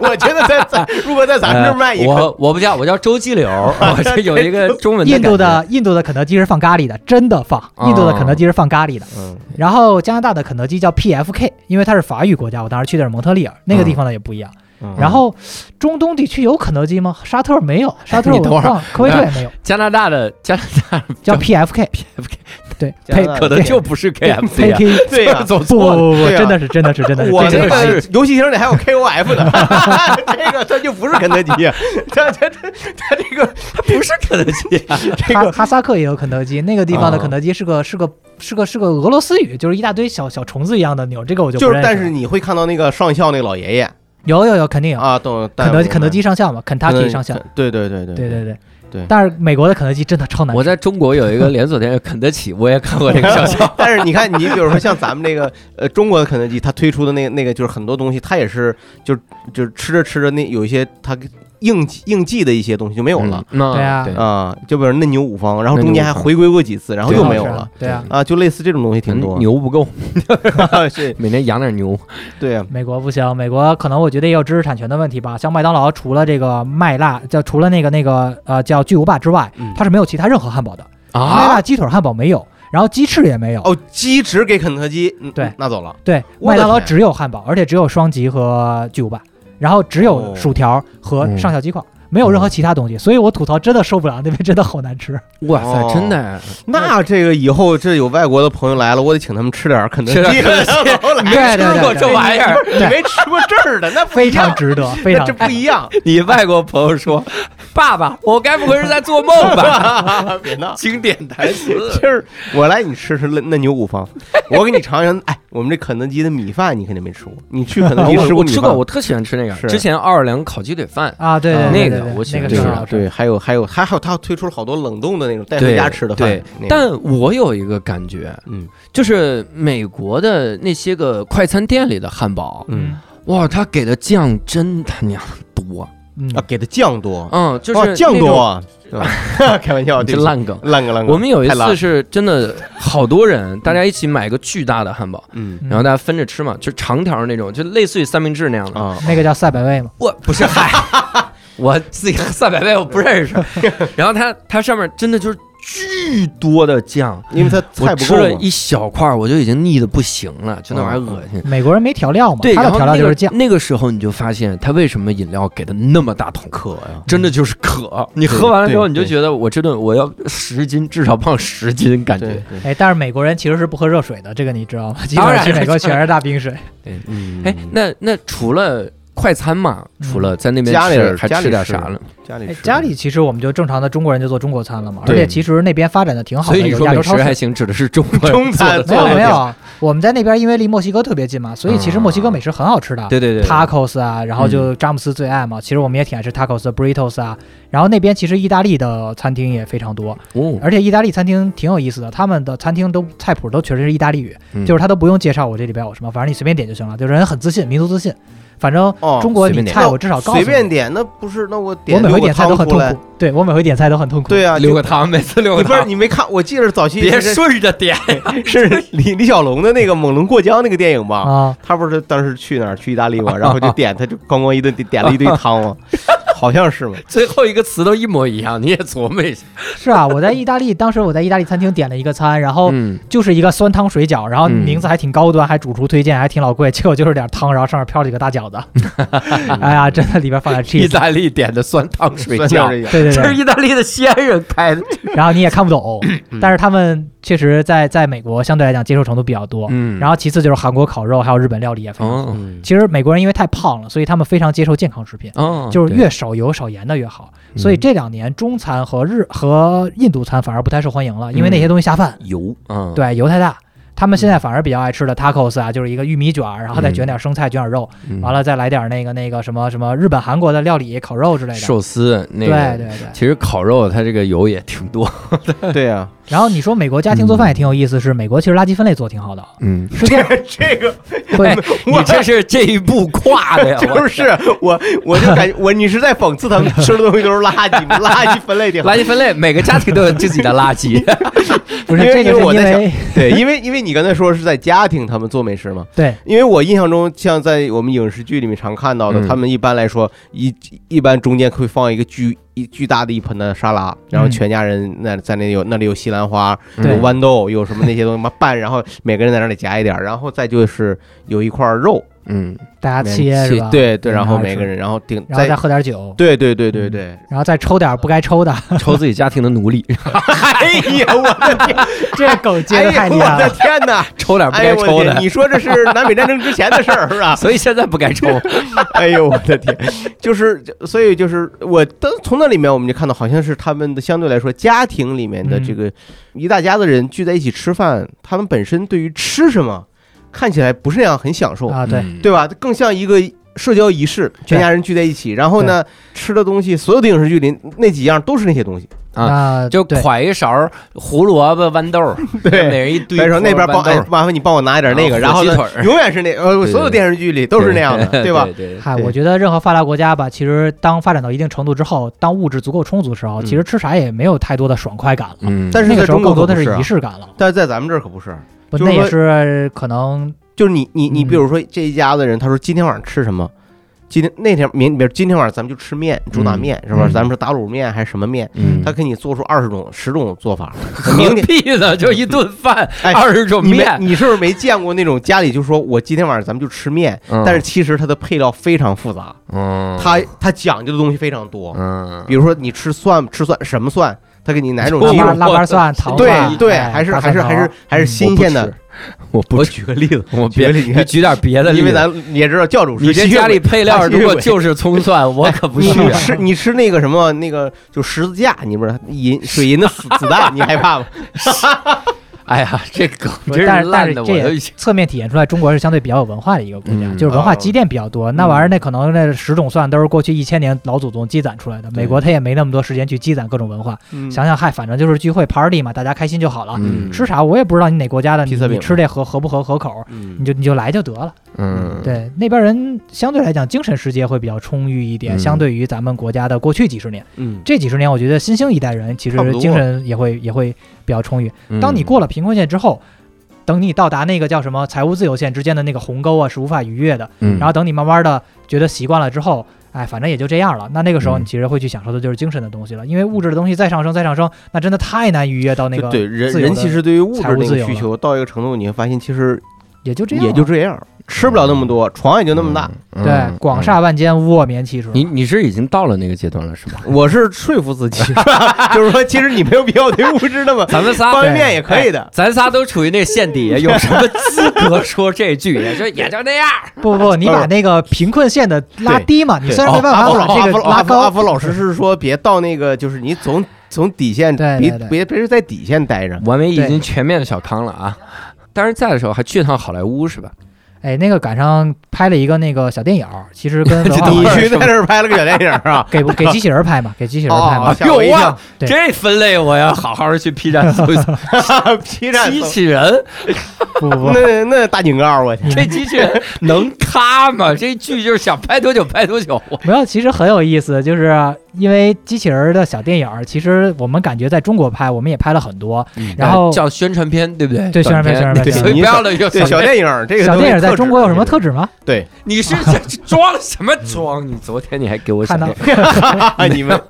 B: 我觉得在在如果在咱
C: 嗯
B: 们这儿卖一
A: 呃
B: 个，
A: 我我不叫，我叫周鸡柳，我这有一个中文的
C: 印度
A: 感
C: 的印度的肯德基是放咖喱的，真的放。
A: 哦
C: 印度的肯德基是放咖喱的。
B: 嗯
C: 然后加拿大的肯德基叫 PFK，因为它是法语国家，我当时去的是蒙特利尔，那个地方呢也不一样。
B: 嗯
C: 然后中东地区有肯德基吗？沙特没有，沙特
A: 你
C: 我
A: 等会儿
C: 忘了，科威特也没有
A: 觉，，加拿大的加拿大
C: 叫 PFK。对，
B: 加拿大
C: K-
A: 可能就不
B: 哎
A: 是 KFC 啊
C: K
B: 对 呀，
C: 不不不不，
B: 对啊
C: 真的是真的是真的是，
B: 我
C: 这
B: 那
C: 个
A: 这
B: 个
A: 个
B: 游戏厅里还有 KOF 呢， 这个它就不是肯德基，啊 它它它它这个
A: 它不是肯德基啊，
B: 这
C: 哈
B: 个
C: 哈萨克也有肯德基，那个地方的
A: 啊
C: 肯德基是个是个是个是个俄罗斯语，就是一大堆小小虫子一样的钮，这个我就不
B: 就是，
C: 认识
B: 但
C: 了
B: 是你会看到那个上校那个老爷爷
C: 有有有肯定有，
B: 啊，懂
C: 嗯肯德肯德基上校嘛，肯塔基上校，，
B: 对对对对
C: 对对对
B: 对
C: 但是美国的肯德基真的超难
A: 我
C: 吃，
A: 在中国有一个连锁店肯德基，我也看过这个小小。
B: 但是你看，你比如说像咱们这个呃中国的肯德基，它推出的那那个就是很多东西，它也是就就是吃着吃着那有一些它应应季的一些东西就没有了
A: 嗯，
C: 对啊
A: 对
B: 啊，就比如嫩牛五方，然后
A: 嫩
B: 中
A: 牛
B: 间还
A: 五方
B: 回归过几次，然后
A: 对
B: 又
A: 啊
B: 没有
C: 是啊嗯
B: 了，
C: 对啊，
B: 啊，就类似这种东西挺多，
A: 牛不够，
B: 是，
A: 每年养点牛。
B: 对啊，
C: 美国不行，美国可能我觉得也有知识产权的问题吧。像麦当劳除了这个麦辣，叫除了那个那个呃叫巨无霸之外
B: 嗯，
C: 它是没有其他任何汉堡的，麦
A: 啊
C: 辣鸡腿汉堡没有，然后鸡翅也没有，
B: 哦，鸡翅给肯德基，嗯
C: 对
B: 那走了，
C: 对，
B: 我的
C: 麦当劳
B: 天
C: 只有汉堡，而且只有双极和巨无霸，然后只有
B: 哦
C: 薯条和
A: 嗯
C: 上校鸡块，没有任何其他东西。所以我吐槽真的受不了，那边真的好难 吃。
A: 哇
B: 哦
A: 塞，真的，
B: 那这个以后这有外国的朋友来了，我得请他们吃点儿肯德
A: 吃
B: 基，
A: 点儿 肯
B: 后来
C: 对对
A: 吃 过
C: 对
A: 这
C: 对，
A: 玩意 儿，
B: 哎你没吃过这儿的， 那不一
C: 非
B: 样
C: 常值得，非
B: 那
C: 常
B: 这不一样，
A: 你外国朋友说：“爸爸，我该不会是在做梦 吧。
B: 别闹？”
A: 经典台词。
B: 就是我来你吃吃嫩嫩牛五方，我给你尝尝。哎，我们这肯德基的米饭你肯定没吃过，你去肯德基
A: 啊我
B: 吃过
A: 我
B: 米
A: 吃
B: 饭？
A: 过，我特喜欢吃那个。
B: 是
A: 之前奥尔良烤鸡腿饭，
C: 啊，对对
B: 啊
C: 对
A: 那
C: 对
A: 个
C: 对
A: 我喜欢
C: 那个
A: 吃
B: 对
C: 是
A: 啊
C: 很好吃。
B: 对，还有还有还有，他推出了好多冷冻的那种带
A: 对
B: 回家吃的饭
A: 对。
B: 那个
A: 但我有一个感觉，
B: 嗯
A: 就是美国的那些个快餐店里的汉堡，
B: 嗯
A: 哇，他给的酱真他娘多，
C: 嗯，
B: 啊，给的酱多，
A: 嗯，就
B: 哇
A: 是
B: 酱
A: 那种
B: 多，啊，对吧 开玩笑，
A: 真
B: 烂
A: 烂梗。
B: 烂个烂个。
A: 我们有一
B: 太烂
A: 次
B: 了
A: 是真的好多人，大家一起买个巨大的汉堡，
B: 嗯
C: 嗯
A: 然后大家分着吃嘛，就长条那种，就类似于三明治那样的。
B: 啊，
C: 那个叫赛百味嘛，
A: 我 不是嗨，我自己三百倍我不认 识。然后它它上面真的就是巨多的酱，
B: 因为他
A: 我
B: 菜不
A: 吃
B: 够
A: 了
B: 嘛
A: 一小块儿我就已经腻的不行了，就那玩意儿
B: 嗯
A: 恶心。
C: 美国人没调料嘛，
A: 对，
C: 他
A: 然
C: 的
A: 后
C: 调料
A: 那
C: 就是
A: 个
C: 酱。
A: 那个时候你就发现他为什么饮料给的那么大桶，
B: 渴呀。
A: 真的就是渴。你喝完了之后，
B: 对
A: 你就觉得我这顿我要十斤，至少胖十斤，感
B: 对
A: 觉。，
B: 对
C: 哎，但是美国人其实是不喝热水的，这个你知 道吗？基
A: 当
C: 本
A: 然
C: 上去
A: 了
C: 美国全是大 冰水。
B: 嗯
A: 哎，那那除了快餐嘛，除了在那边
B: 家里
A: 吃，还
B: 家里
A: 吃点
B: 吃
A: 啥了？
B: 家里
C: 哎
B: 吃
C: 家里其实我们就正常的中国人就做中国餐了嘛，而
B: 对
C: 且其实那边发展的挺好
A: 所
C: 的，
A: 以你
C: 有
A: 说
C: 亚
A: 美
C: 洲
A: 食
C: 超市
A: 还行，指的是中国人
B: 中餐
C: 没有
B: 做的
C: 没有啊，我们在那边因为离墨西哥特别近嘛，所以
B: 啊
C: 其实墨西哥美食很好吃的。
A: 对对对，
C: tacos 啊，然后
B: 嗯
C: 就詹姆斯最爱嘛，其实我们也挺爱吃 tacos、burritos 啊，然后那边其实意大利的餐厅也非常多，
B: 嗯
A: 哦，
C: 而且意大利餐厅挺有意思的，他们的餐厅都菜谱都全是意大利语，
A: 嗯
C: 就是他都不用介绍我这里边有什么，反正你随便点就行了，就是人很自信，民族自信。反正
B: 哦
C: 中国
A: 随
C: 你
A: 便点
C: 菜我至少告诉
B: 随
C: 你，
B: 便点，那不是那我点
C: 我每
B: 六
C: 回
B: 个
C: 点菜都
B: 汤
C: 很
B: 出
C: 痛
B: 来
C: 苦，对我每回点菜都很痛苦。
B: 对啊，
A: 溜
B: 就
A: 个汤，每次溜
B: 你
A: 个
B: 不是
A: 汤，
B: 你没看？我记得早期
A: 别
B: 是
A: 顺着点，
B: 是李李小龙的那个《猛龙过江》那个电影吧？
C: 啊，
B: 他不是当时去哪儿去意大利嘛，然后就点他就咣咣一顿点点了一堆汤嘛，好像是嘛。
A: 最后一个词都一模一样，你也琢磨一下。
C: 是啊，我在意大利，当时我在意大利餐厅点了一个餐，然后
A: 嗯，
C: 就是一个酸汤水饺，然后
A: 嗯
C: 名字还挺高端，还主厨推荐，还挺老贵，结果就是点汤，然后上面飘了几个 大饺子。哎呀，真的里边放点
A: 意
C: cheese，
A: 大利点的酸汤水饺，
B: 算是这样，
C: 对
A: 这
C: 对
A: 是
C: 对，
A: 意大利的西安人开的。
C: 然后你也看不懂，
A: 嗯
C: 但是他们确实在在美国相对来讲接受程度比较多。
A: 嗯
C: 然后嗯其次就是韩国烤肉，还有日本料理也非常。
A: 哦
B: 嗯
C: 其实美国人因为太胖了，所以他们非常接受健康食品。
A: 哦，
C: 就是越少油少盐的越好，所以
A: 嗯
C: 这两年中餐和日和印度餐反而不太受欢迎了，因为那些东西下饭，
A: 油，嗯，
C: 对，油太大。他们现在反而比较爱吃的 tacos 啊，就是一个玉米卷儿，然后再卷点生菜，卷点肉，
A: 嗯
C: 完了再来点那个那个什么什么日本、韩国的料理、烤肉之类的。
A: 寿司那
C: 对
A: 个。
C: 对对，
A: 其实烤肉它这个油也挺多，
B: 对啊，
C: 然后你说美国家庭做饭也挺有意思，是美国其实垃圾分类做得挺好的，
D: 嗯，
C: 是这样，
B: 这个，
C: 会
A: 哎你这是这一步跨的呀
B: 就是我，我就感觉我你是在讽刺他们吃的东西都是垃圾，垃圾分类
A: 我
B: 挺好
A: 垃圾分类，每个家庭都有自己的垃 圾。
C: 不是
B: 因为
C: 这个
B: 因
C: 是
B: 为我
C: 因
B: 在
C: 为
B: 对，因为因为你刚才说是在家庭他们做美食嘛，
C: 对
B: 因为我印象中像在我们影视剧里面常看到的，
D: 嗯
B: 他们一般来说一一般中间会放一个巨一巨大的一盆的沙拉，然后
C: 嗯
B: 全家人那在那有那里有西兰花，
A: 嗯
B: 有
C: 对
B: 豌豆，有什么那些东西嘛拌，然后每个人在那里夹一点儿，然后再就是有一块肉，
D: 嗯，
C: 大家切是吧？，
B: 对对，然后
C: 嗯
B: 每个人然后顶
C: 然后再
B: 再
C: 喝嗯点酒，
B: 对对对对 对，
C: 然后再抽点不该抽的，
A: 抽自己家庭的奴隶，
B: 哎呀我的天，
C: 这个梗 接
B: 哎
C: 的
B: 呀
C: 太厉
B: 我
C: 害
B: 的
C: 了。
B: 天哪！
A: 抽点不
B: 哎
A: 该
B: 呦我
A: 抽
B: 的
A: 的
B: 天，，你说这是南北战争之前的事儿是吧？
A: 所以现在不该抽。
B: 哎呦我的天，就是所以就是我当从那里面我们就看到，好像是他们的相对来说家庭里面的
A: 嗯
B: 这个一大家子人聚在一起吃饭，他们本身对于吃什么看起来不是那样很享受，
C: 啊，对，
D: 嗯
B: 对吧？更像一个。社交仪式，全家人聚在一起，然后呢，吃的东西，所有的影视剧里那几样都是那 些东西。
A: 啊
C: 啊，
A: 就
C: 对，
A: 㧟一勺胡萝卜、豌豆，每，人一堆。
B: 再说那边帮，
A: 豌
B: 哎
A: 豆，
B: 麻烦你帮我拿一点那个，然后
A: 啊火
B: 呢
A: 鸡，腿儿
B: 永远是那，呃，所有电视剧里 都是那样的，对吧？？
A: 对，
C: 嗨，
B: 对
C: 我觉得任何发达国家吧，其实当发展到一定程度之后，当物质足够充足之后，
B: 嗯
C: 其实吃啥也没有太多的爽快感了。
D: 嗯，
B: 但是
C: 那
B: 在
C: 个时候
B: 中国
C: 更多的
B: 可不
C: 是
B: 啊
C: 仪式感了，
B: 但是在咱们这儿可不是，
C: 不，
B: 就是
C: 那
B: 说
C: 也是可能
B: 就是你你你，
C: 嗯
B: 比如说这一家子人，他说今天晚上吃什么？今天那天明，比如今天晚上咱们就吃面，主打面是吧？
C: 嗯
B: 咱们是打卤面还是什么面？
D: 嗯，
B: 他给你做出二十种、十种做法。
A: 明
B: 明
A: 天
B: 天
A: 屁的，就一顿饭，
B: 哎
A: 二十种
B: 你没
A: 面，
B: 你是不是没见过那种家里就说我今天晚上咱们就吃面，
D: 嗯
B: 但是其实它的配料非常复杂，
D: 嗯，
B: 它它讲究的东西非常多。
D: 嗯，
B: 比如说你吃蒜，吃蒜什么蒜？他给你哪种
A: 我
C: 腊
B: 鸡
C: 八
B: 肉？
C: 腊八蒜、糖
B: 对
C: 蒜
B: 对，
C: 哎
B: 还是
C: 大
B: 还是
C: 蒜
B: 还是
C: 头
B: 还是新鲜
D: 我不吃。我不
A: 嗯我
B: 的
D: 吃
A: 举个例子，我
B: 举
A: 别
B: 个例子你
A: 你
B: 看，
A: 举点别的例
B: 因
A: 子，
B: 为咱你也知道教主是
A: 你这
B: 吸血
A: 家
B: 鬼
A: 里配 料如果就是葱蒜，我可不去
B: 你
A: 啊。
B: 吃你吃那个什么那个就十字架，你不是银水银的子子 弹，你害怕吗？
A: 哎呀，这梗
C: 不
A: 真
C: 是但是但
A: 烂
C: 是
A: 的，我
C: 这也
A: 都已经哦
C: 侧面体现出来，中国是相对比较有文化的一个国家，
D: 嗯
C: 就是文化积淀比较多。那玩意儿那可能那十种蒜都是过去一千年老祖宗积攒出来的。美国他也没那么多时间去积攒各种文化。想想嗨，反正就是聚会 party 嘛，大家开心就好了。
D: 嗯
C: 吃啥我也不知道你哪国家的，
B: 披
C: 你
B: 萨饼
C: 你吃这合合不合合口，你
B: 嗯，
C: 就你就来就得了。
D: 嗯，
C: 对，那边人相对来讲精神世界会比较充裕一点，
D: 嗯
C: 相对于咱们国家的过去几十年，
B: 嗯，
C: 这几十年我觉得新兴一代人其实
B: 差不多
C: 精神也会也会比较充裕。
D: 嗯，
C: 当你过了贫困线之后，等你到达那个叫什么财务自由线之间的那个鸿沟啊，是无法逾越的。
D: 嗯，
C: 然后等你慢慢的觉得习惯了之后，哎，反正也就这样了。那那个时候
D: 嗯
C: 你其实会去享受的就是精神的东西了，因为物质的东西再上升再上升，那真的太难逾越到那
B: 就
C: 个
B: 对人
C: 自由
B: 人
C: 的
B: 其实对于物质
C: 财务
B: 那
C: 自
B: 个
C: 由
B: 需
C: 了
B: 求到一个程度，你会发现其实
C: 也就这样了，啊
B: 也就这样，吃不了那么多，床也就那么大。
D: 嗯，
C: 对
D: 嗯
C: 广厦万间，卧眠其中。
A: 你你是已经到了那个阶段了，是吗？
C: 嗯
B: 我是说服自己，是吧 就是说，其实你没有必要对物质 那么
A: 咱们仨
B: 方便面也可以的。
A: 咱仨都处于那线底下，有什么资格说这句？也就也就那样。
C: 不不不，你把那个贫困线的拉低嘛，你虽然没办
B: 阿
C: 法
B: 福
C: 把
B: 老
C: 这
B: 阿
C: 个
B: 福
C: 拉
B: 阿福阿
C: 高，
B: 福老师是说，别到那个，就是你总总底线，
C: 对
B: 别
C: 对嗯对
B: 别别是在底线待着。
A: 我们已
C: 对
A: 经全面小康了啊！但是在的时候还去趟好莱坞是吧？
C: 哎，那个赶上拍了一个那个小电影儿，其 实跟文化
B: 你
C: 部
B: 去在那儿拍了个小电影啊？
C: 给给机器人儿拍嘛，给机器人儿拍嘛
B: 哦，，吓我一
A: 哎呦
B: 跳
A: 哇！
C: 对
A: 这分类我要好好的去 P 站搜一 搜。
B: P 站
A: 机器人，
C: 不不不，
B: 那那大警告，啊我去！
C: 嗯
A: 这机器人能咔 吗？这剧就是想拍多久拍多久。
C: 没有，其实很有意思，就是因为机器人儿的小电影儿，其实我们感觉在中国拍，我们也拍了很多。嗯然后
A: 叫宣传片，对不对？
C: 对宣传片
A: 短
C: 宣传片
A: 所以
B: 对
A: 不要了，就
B: 对小电影这个
C: 小
B: 东西
C: 电影在
B: 特
C: 中
B: 指
C: 国有什么特质吗？
B: 对，
A: 你是这装什么装？你昨天你还给我
C: 看到
A: 想那个
B: 啊，你们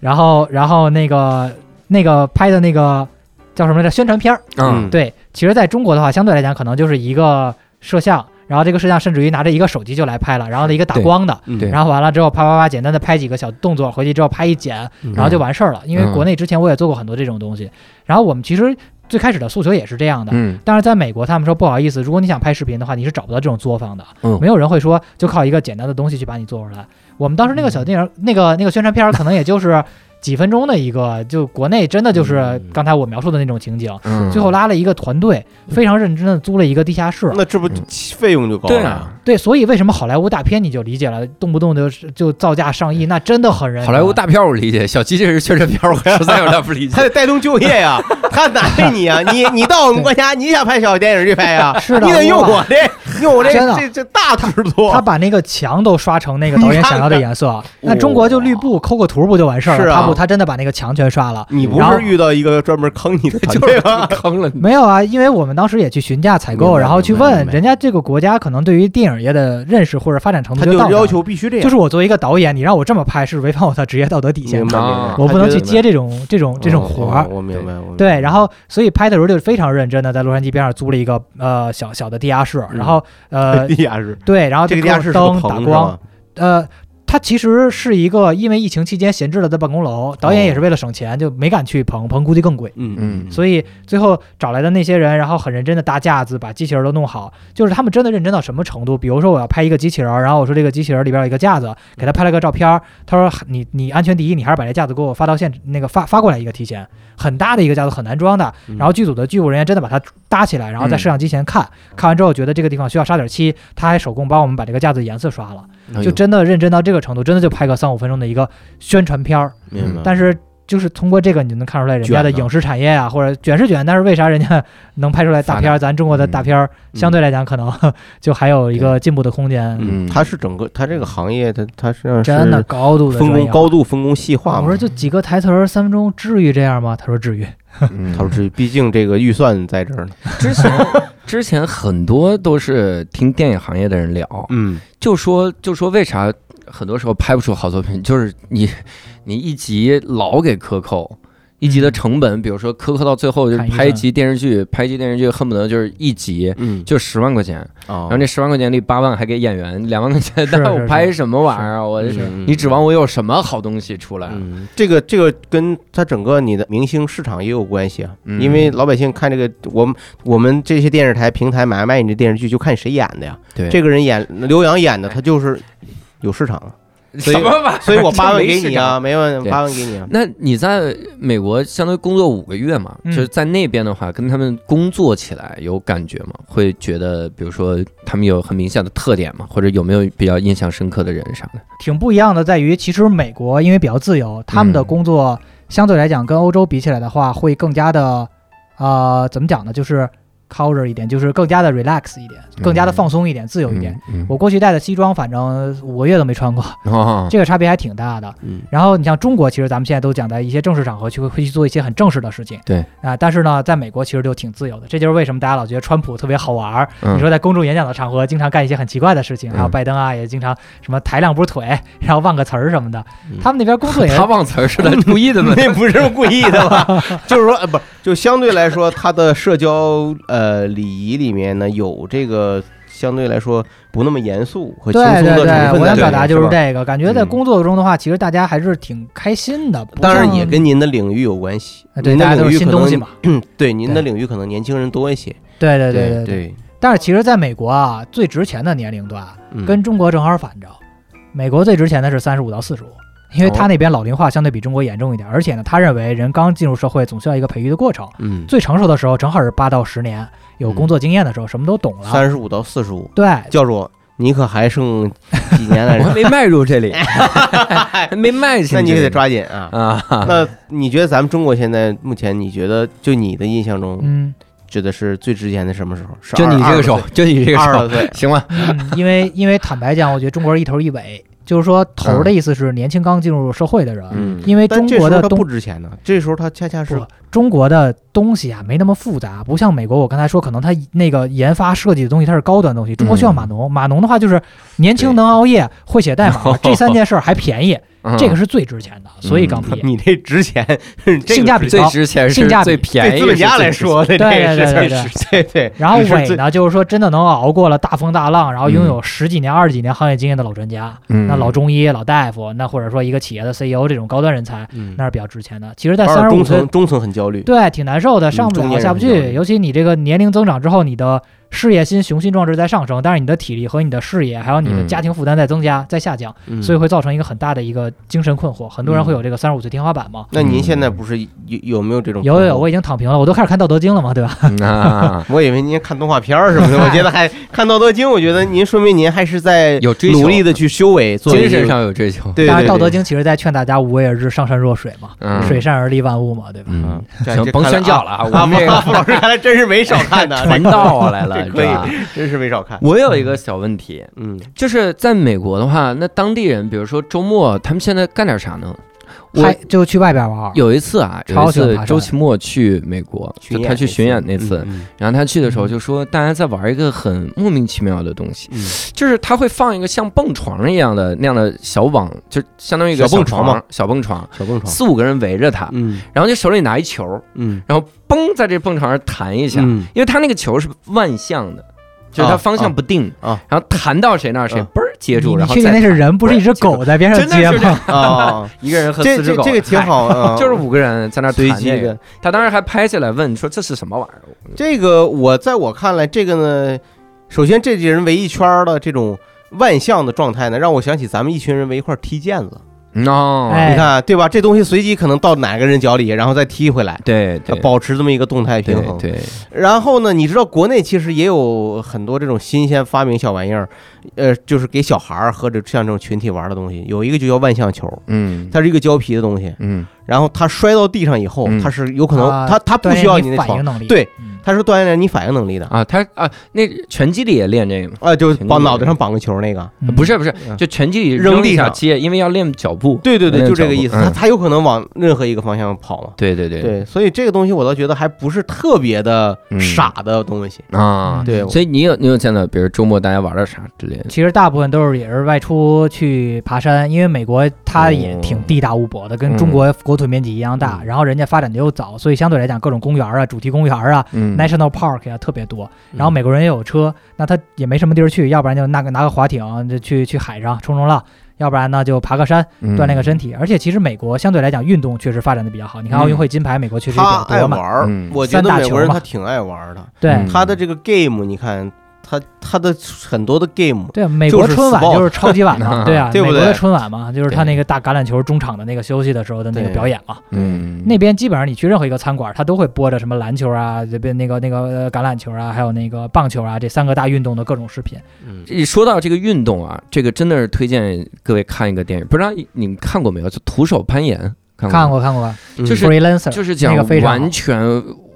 C: 然后，然后那个那个拍的那个叫什么来着？宣传片儿。
A: 嗯，
C: 对，其实在中国的话，相对来讲，可能就是一个摄像，然后这个摄像甚至于拿着一个手机就来拍了，然后一个打
A: 对
C: 光的，
A: 对
C: 然后完了之后啪啪啪简单的拍几个小动作，回去之后拍一剪，然后就完事儿了。因为国内之前我也做过很多这种东西，然后我们其实最开始的诉求也是这样的，
D: 嗯，
C: 但是在美国，他们说不好意思，如果你想拍视频的话，你是找不到这种作坊的，
D: 嗯
C: 没有人会说就靠一个简单的东西去把你做出来。我们当时那个小电影、那个那个宣传片，可能也就是几分钟的一个，就国内真的就是
A: 嗯
C: 刚才我描述的那种情景。
B: 嗯
C: 最后拉了一个团队，非常认真的租了一个地下室。
B: 那这不费用就
A: 嗯
B: 高
A: 对
B: 了？
A: 啊，
C: 对，所以为什么好莱坞大片你就理解了，动不动就是就造价上亿，那真的很啊认真。
A: 好莱坞大片我理解，小鸡这是宣传片，我实在有点不理
B: 他
A: 解。
B: 得带动就业 呀，他难为你啊！你你到我们国家，你想拍小电影去拍呀？
C: 是的
B: 你得用我这，用我这
C: 真的
B: 这这大制
C: 他
B: 作。
C: 把那个墙都刷成 那个导演想要的颜色，啊那中国就绿布抠个图不就完事儿
B: 是
C: 了？
B: 啊嗯
C: 他不，他真的把那个墙全刷了。
B: 你不
C: 然后
B: 是遇到一个专门坑你的 团
A: 就是
B: 队吗？
A: 坑了你，
C: 没有啊，因为我们当时也去询价采
A: 明
C: 购，
A: 白
C: 然后去
A: 明白
C: 问
A: 明白
C: 人家这个国家可能对于电影业的认识或者发展程度
B: 他就
C: 到哪儿
B: 要求必须这样，
C: 就是我作为一个导演，你让我这么拍是违反我的职业道德底线
B: 明
C: 的，
B: 白
A: 啊
B: 明白，
C: 我不能去
B: 他觉
C: 接这种这种
B: 得
C: 这种活
B: 哦
C: 儿。
B: 我明白，我明白
C: 对，然后所以拍的时候就非常认真的在洛杉矶边上租了一个呃小小的地下室，然后呃
B: 地下室，
C: 对，然后
B: 嗯这
C: 就
B: 个地下室是个
C: 灯
B: 棚
C: 打
B: 是
C: 光，
B: 吧
C: 呃，它其实是一个因为疫情期间闲置了的办公楼，导演也是为了省钱，就没敢去棚，棚估计更贵。
B: 嗯
A: 嗯，
C: 所以最后找来的那些人，然后很认真的搭架子，把机器人都弄好。就是他们真的认真到什么程度？比如说我要拍一个机器人，然后我说这个机器人里边有一个架子，给他拍了个照片儿。他说你你安全第一，你还是把这架子给我发到现那个发发过来一个提前，很大的一个架子很难装的。
B: 嗯
C: 然后剧组的剧务人员真的把它搭起来，
A: 嗯
C: 然后在摄像机前看、看完之后，觉得这个地方需要刷点漆，他还手工帮我们把这个架子颜色刷了。
A: 哎
C: 就
A: 呦
C: 真的认真到这个程度，真的就拍个三五分钟的一个宣传片儿。
B: 明白，
C: 但是就是通过这个，你就能看出来人家的
B: 嗯卷啊
C: 影视产业啊，或者卷是卷，但是为啥人家能拍出来大片儿？咱中国的大片儿
B: 嗯
C: 相对来讲可能 就还有一个进步的空间，
A: 嗯，
B: 他是整个他这个行业，他他实际上是
C: 真的高度的
B: 分
C: 专
B: 工
C: 业
B: 高度分工细化
C: 我
B: 嘛
C: 说。就几个台词儿，三分钟至于这样吗？他说至于。
A: 嗯
B: 他说这毕竟这个预算在这儿呢，
A: 之前之前很多都是听电影行业的人聊，
B: 嗯，
A: 就说就说为啥很多时候拍不出好作品，就是你你一集老给克扣。一集的成本，比如说克扣到最后就是
C: 看预算
A: 拍一集电视剧，拍一集电视剧恨不得就是一集
B: 嗯，哦
A: 就十万块钱，
B: 然
A: 然后这十万块钱里八万还给演员，两万块钱，
C: 是
A: 那我
C: 是
A: 拍什么玩意儿啊？我
C: 是
A: 你指望我有什么好东西出来？
B: 嗯，这个这个跟他整个你的明星市场也有关系啊，
A: 嗯
B: 因为老百姓看这个，我们我们这些电视台平台买卖你这电视剧，就看谁演的呀。
A: 对
B: 这个人演刘洋演的，他就是有市场啊，所以
A: 什么玩意儿？
B: 所以我八
A: 这
B: 万
A: 没
B: 给
A: 市
B: 你
A: 场
B: 啊，没问
A: 对
B: 八万给你啊。
A: 那你在美国相当于工作五个月嘛，
C: 嗯
A: 就是在那边的话，跟他们工作起来有感觉吗？会觉得，比如说他们有很明显的特点吗？或者有没有比较印象深刻的人啥的？
C: 挺不一样的，在于其实美国因为比较自由，他们的
B: 嗯
C: 工作相对来讲跟欧洲比起来的话，会更加的，呃，怎么讲呢？就是 cover 一点，就是更加的 relax 一点，更
B: 嗯
C: 加的放松一点，自由一点。
A: 嗯，
C: 我过去带的西装，反正五个月都没穿过，
A: 嗯哦，
C: 这个差别还挺大的。
B: 嗯，
C: 然后你像中国，其实咱们现在都讲在一些正式场合去会去做一些很正式的事情，
A: 对
C: 啊、但是呢，在美国其实就挺自由的，这就是为什么大家老觉得川普特别好玩儿。
A: 嗯
C: 你说在公众演讲的场合，经常干一些很奇怪的事情，还有
A: 嗯
C: 拜登啊，也经常什么抬两步腿，然后忘个词儿什么的
B: 嗯。
C: 他们那边工 作也
A: 他忘词儿是他故 意的吗？
B: 那不是故意的吧？ 就是说，呃不，就相对来说，他的社交呃礼仪里面呢，有这个相对来说不那么严肃和轻
C: 对
B: 松的成分
C: 对
B: 在里
C: 对，
B: 面。
C: 我想表达就是
B: 吧
C: 这个，感觉在
B: 嗯
C: 工作中的话，其实大家还是挺开心的。不
B: 当然也
C: 像
B: 跟您的领域有关系
C: 啊，对
B: 您
C: 大
B: 的
C: 家都
B: 领
C: 是
B: 域
C: 新
B: 可
C: 东西
B: 能
C: 嘛。
B: 对您的
C: 对
B: 领域可能年轻人多一些。
C: 对对
B: 对
C: 对对。
B: 对，
C: 但是其实，在美国啊，最值钱的年龄段
B: 嗯
C: 跟中国正好反着，美国最值钱的是三十五到四十五。因
B: 哦
C: 为他那边老龄化相对比中国严重一点，而且呢，他认为人刚进入社会总需要一个培育的过程，
B: 嗯，
C: 最成熟的时候正好是八到十年，有工作经验的时候，什么都懂了。
B: 三十五到四十五，
C: 对，
B: 教主，你可还剩几年来
A: 我还
B: 着？
A: 没迈入这里，还 没迈进，
B: 那你可得抓紧啊！
A: 啊！
B: 那你觉得咱们中国现在目前，你觉得就你的印象中，
C: 嗯，
B: 指的是最值钱的什么时候？是
A: 就你这个手，就你这个
B: 二
A: 手，
B: 十岁，
A: 行吧？
C: 嗯，因为因为坦白讲，我觉得中国人一头一尾，就是说头儿
B: 嗯
C: 的意思是年轻刚进入社会的人，
A: 嗯
C: 因为
B: 但
C: 中
B: 这时
C: 国
B: 候
C: 的
B: 它不
C: 东
B: 值钱呢。这时候它恰恰是
C: 不中国的东西啊没那么复杂，不像美国，我刚才说可能它那个研发设计的东西它是高端东西，中国需要
B: 嗯
C: 码农，码农的话就是年轻能 熬夜，会写代码，这三件事儿还便宜，
A: 嗯
C: 这个是最值钱的，
B: 嗯
C: 所以刚毕业。
B: 你这值钱， 这个
C: 性价比
A: 最
C: 高
A: 值钱是
C: 性价比
A: 最便宜
B: 对
A: 是
B: 资
A: 最
B: 本
A: 值钱，
B: 家来说，这这个
C: 对对对
B: 是最
C: 对
B: 值对对。
C: 然后
B: 你是
C: 尾
B: 最
C: 呢，就是说真的能熬过了大风大浪，然后拥
B: 嗯
C: 有十几年、二十几年行业经验的老专家，
A: 嗯，
C: 那老 中医、老大夫，那或者说一个企业的 CEO 这种高端人才，
B: 嗯
C: 那是比较值钱的。其实，在
B: 反
C: 三
B: 而
C: 十
B: 中
C: 五岁
B: 层中层很焦虑，
C: 对，挺难受的，上不
B: 嗯中年
C: 了
B: 人
C: 下不
B: 很焦
C: 去。
B: 虑
C: 尤其你这个年龄增长之后，你的事业心、雄心壮志在上升，但是你的体力和你的事业还有你的
A: 嗯
C: 家庭负担在增加、在下降，
B: 嗯
C: 所以会造成一个很大的一个精神困惑。很多人会有这个三十五岁天花板嘛。
B: 那您现在不是有有没有这种？
C: 有有有，我已经躺平了，我都开始看《道德经》了嘛，对吧？
A: 那
B: 我以为您看动画片儿什么 的，我觉得还看《道德经》，我觉得您说明您还是在
A: 有追求，
B: 努力的去修为，做
A: 精神上有追求。
B: 对。对
C: 当然，
B: 对
C: 《道德经》其实在劝大家无为而治、上善若水嘛，
A: 嗯
C: 水善而利万物嘛，对吧？
A: 嗯，
B: 这
A: 行，
B: 这
A: 甭
B: 看来
A: 宣教了啊，
B: 啊，
A: 我们
B: 付
A: 这个
B: 付 老师看来真是没少 看的，
A: 传道啊来了，
B: 这可以
A: 是吧
B: 真是没少看。
A: 我有一个小问题，
B: 嗯，
A: 就是在美国的话，那当地人，比如说周末，他们现在干点啥呢？我
B: 嗯
C: 还就去外边玩儿，
A: 有一次啊，有
C: 超
A: 一
C: 喜欢
A: 次
C: 爬山
A: 周奇墨去美国，就他去巡演那次，
B: 嗯
A: 然后他去的时候就说，大家在玩一个很莫名其妙的东西，
B: 嗯
A: 就是他会放一个像蹦床一样的那样的小网，就相当于一个
B: 小蹦
A: 床
B: 床嘛，
A: 小蹦床，
B: 小蹦床，
A: 四五个人围着他，
B: 嗯
A: 然后就手里拿一球，
B: 嗯，
A: 然后嘣在这蹦床上弹一下，
B: 嗯
A: 因为他那个球是万向的，就是它
B: 啊
A: 方向不定，
B: 啊啊
A: 然后弹到谁那儿谁
B: 啊
A: 嘣儿接
C: 你
A: 住，
C: 你
A: 然后
C: 确定
A: 再
C: 那是人，不是一只
A: 接住
C: 狗在边上
A: 真的
C: 接
A: 是这
C: 吗
A: 样？
B: 啊，
A: 一个人和
B: 这
A: 哦四只
B: 这
A: 狗，
B: 这个挺 好，啊
A: 就是五个人在那儿
B: 随
A: 弹
B: 机
A: 这个
B: 的。
A: 他当时还拍下来问说这是什么玩意儿？
B: 这个我在我看来，这个呢，首先这几人围一圈儿的这种万象的状态呢，让我想起咱们一群人围一块儿踢毽子，
A: no，、
C: 哎
B: 你看啊对吧？这东西随机可能到哪个人脚里，然后再踢回来。
A: 对对
B: 保持这么一个动态平衡，
A: 对对，
B: 然后呢，你知道国内其实也有很多这种新鲜发明小玩意儿，呃，就是给小孩儿或者像这种群体玩的东西。有一个就叫万象球，
A: 嗯
B: 它是一个胶皮的东西，
A: 嗯
B: 然后它摔到地上以后
A: 嗯，
B: 它是有可能，
C: 啊
B: 它它不
C: 锻炼
B: 需要
C: 你
B: 那
C: 反应
B: 床，
C: 能力。
B: 对
C: 嗯，
B: 它是锻炼你反应能力的。
A: 啊，他啊，那拳击里也练这个吗？
B: 啊，就往脑袋上绑个球那个，
C: 嗯
A: 不是不是，
B: 嗯
A: 就拳击里
B: 扔
A: 一
B: 地
A: 下
B: 上
A: 接，因为要练脚步。
B: 对对对，
A: 练
B: 就这个
A: 脚步
B: 意思。
A: 嗯
B: 它它有可能往任何一个方向跑嘛。
A: 对对对
B: 对，所以这个东西我倒觉得还不是特别的
A: 嗯
B: 傻的东西。
A: 啊，
C: 嗯
B: 对，
A: 所以你有你有见到，比如周末大家玩点啥之类的？
C: 其实大部分都是也是外出去爬山，因为美国它也
A: 哦
C: 挺地大物博的，
A: 嗯
C: 跟中国国土面积一样大，然后人家发展的又早，所以相对来讲各种公园啊、主题公园啊、
A: 嗯
C: national park 呀特别多。
B: 嗯
C: 然后美国人也有车，那他也没什么地儿去，要不然就那个拿个划艇就去去海上冲冲浪，要不然呢就爬个山
A: 嗯
C: 锻炼个身体。而且其实美国相对来讲运动确实发展的比较好，你看奥运会金牌美国确实也比
B: 他
C: 较
B: 爱
C: 多
B: 玩
C: 嘛，
B: 儿
A: 嗯，
B: 我觉
C: 三
B: 得
C: 大
B: 美
C: 球
B: 国人
C: 嘛
B: 他挺爱玩儿的。
C: 对
A: 嗯。
B: 他的这个 game，你看他他的很多的 game，
C: 对，啊美国春晚就是超级碗嘛，
A: sport
C: 对啊，
B: 对不对
C: 美国的春晚嘛，就是他那个大橄榄球中场的那个休息的时候的那个
B: 对
C: 表演嘛。
A: 嗯，
C: 那边基本上你去任何一个餐馆，他都会播着什么篮球啊，这边那个那个呃橄榄球啊，还有那个棒球啊，这三个大运动的各种视频。
A: 一说到这个运动啊，这个真的是推荐各位看一个电影，不知道你们看过没有？就徒手攀岩，看过
C: 看
A: 吗
C: 过看过，
B: 嗯
A: 就是
C: freelancer
A: 就是讲
C: 那个非常好
A: 完全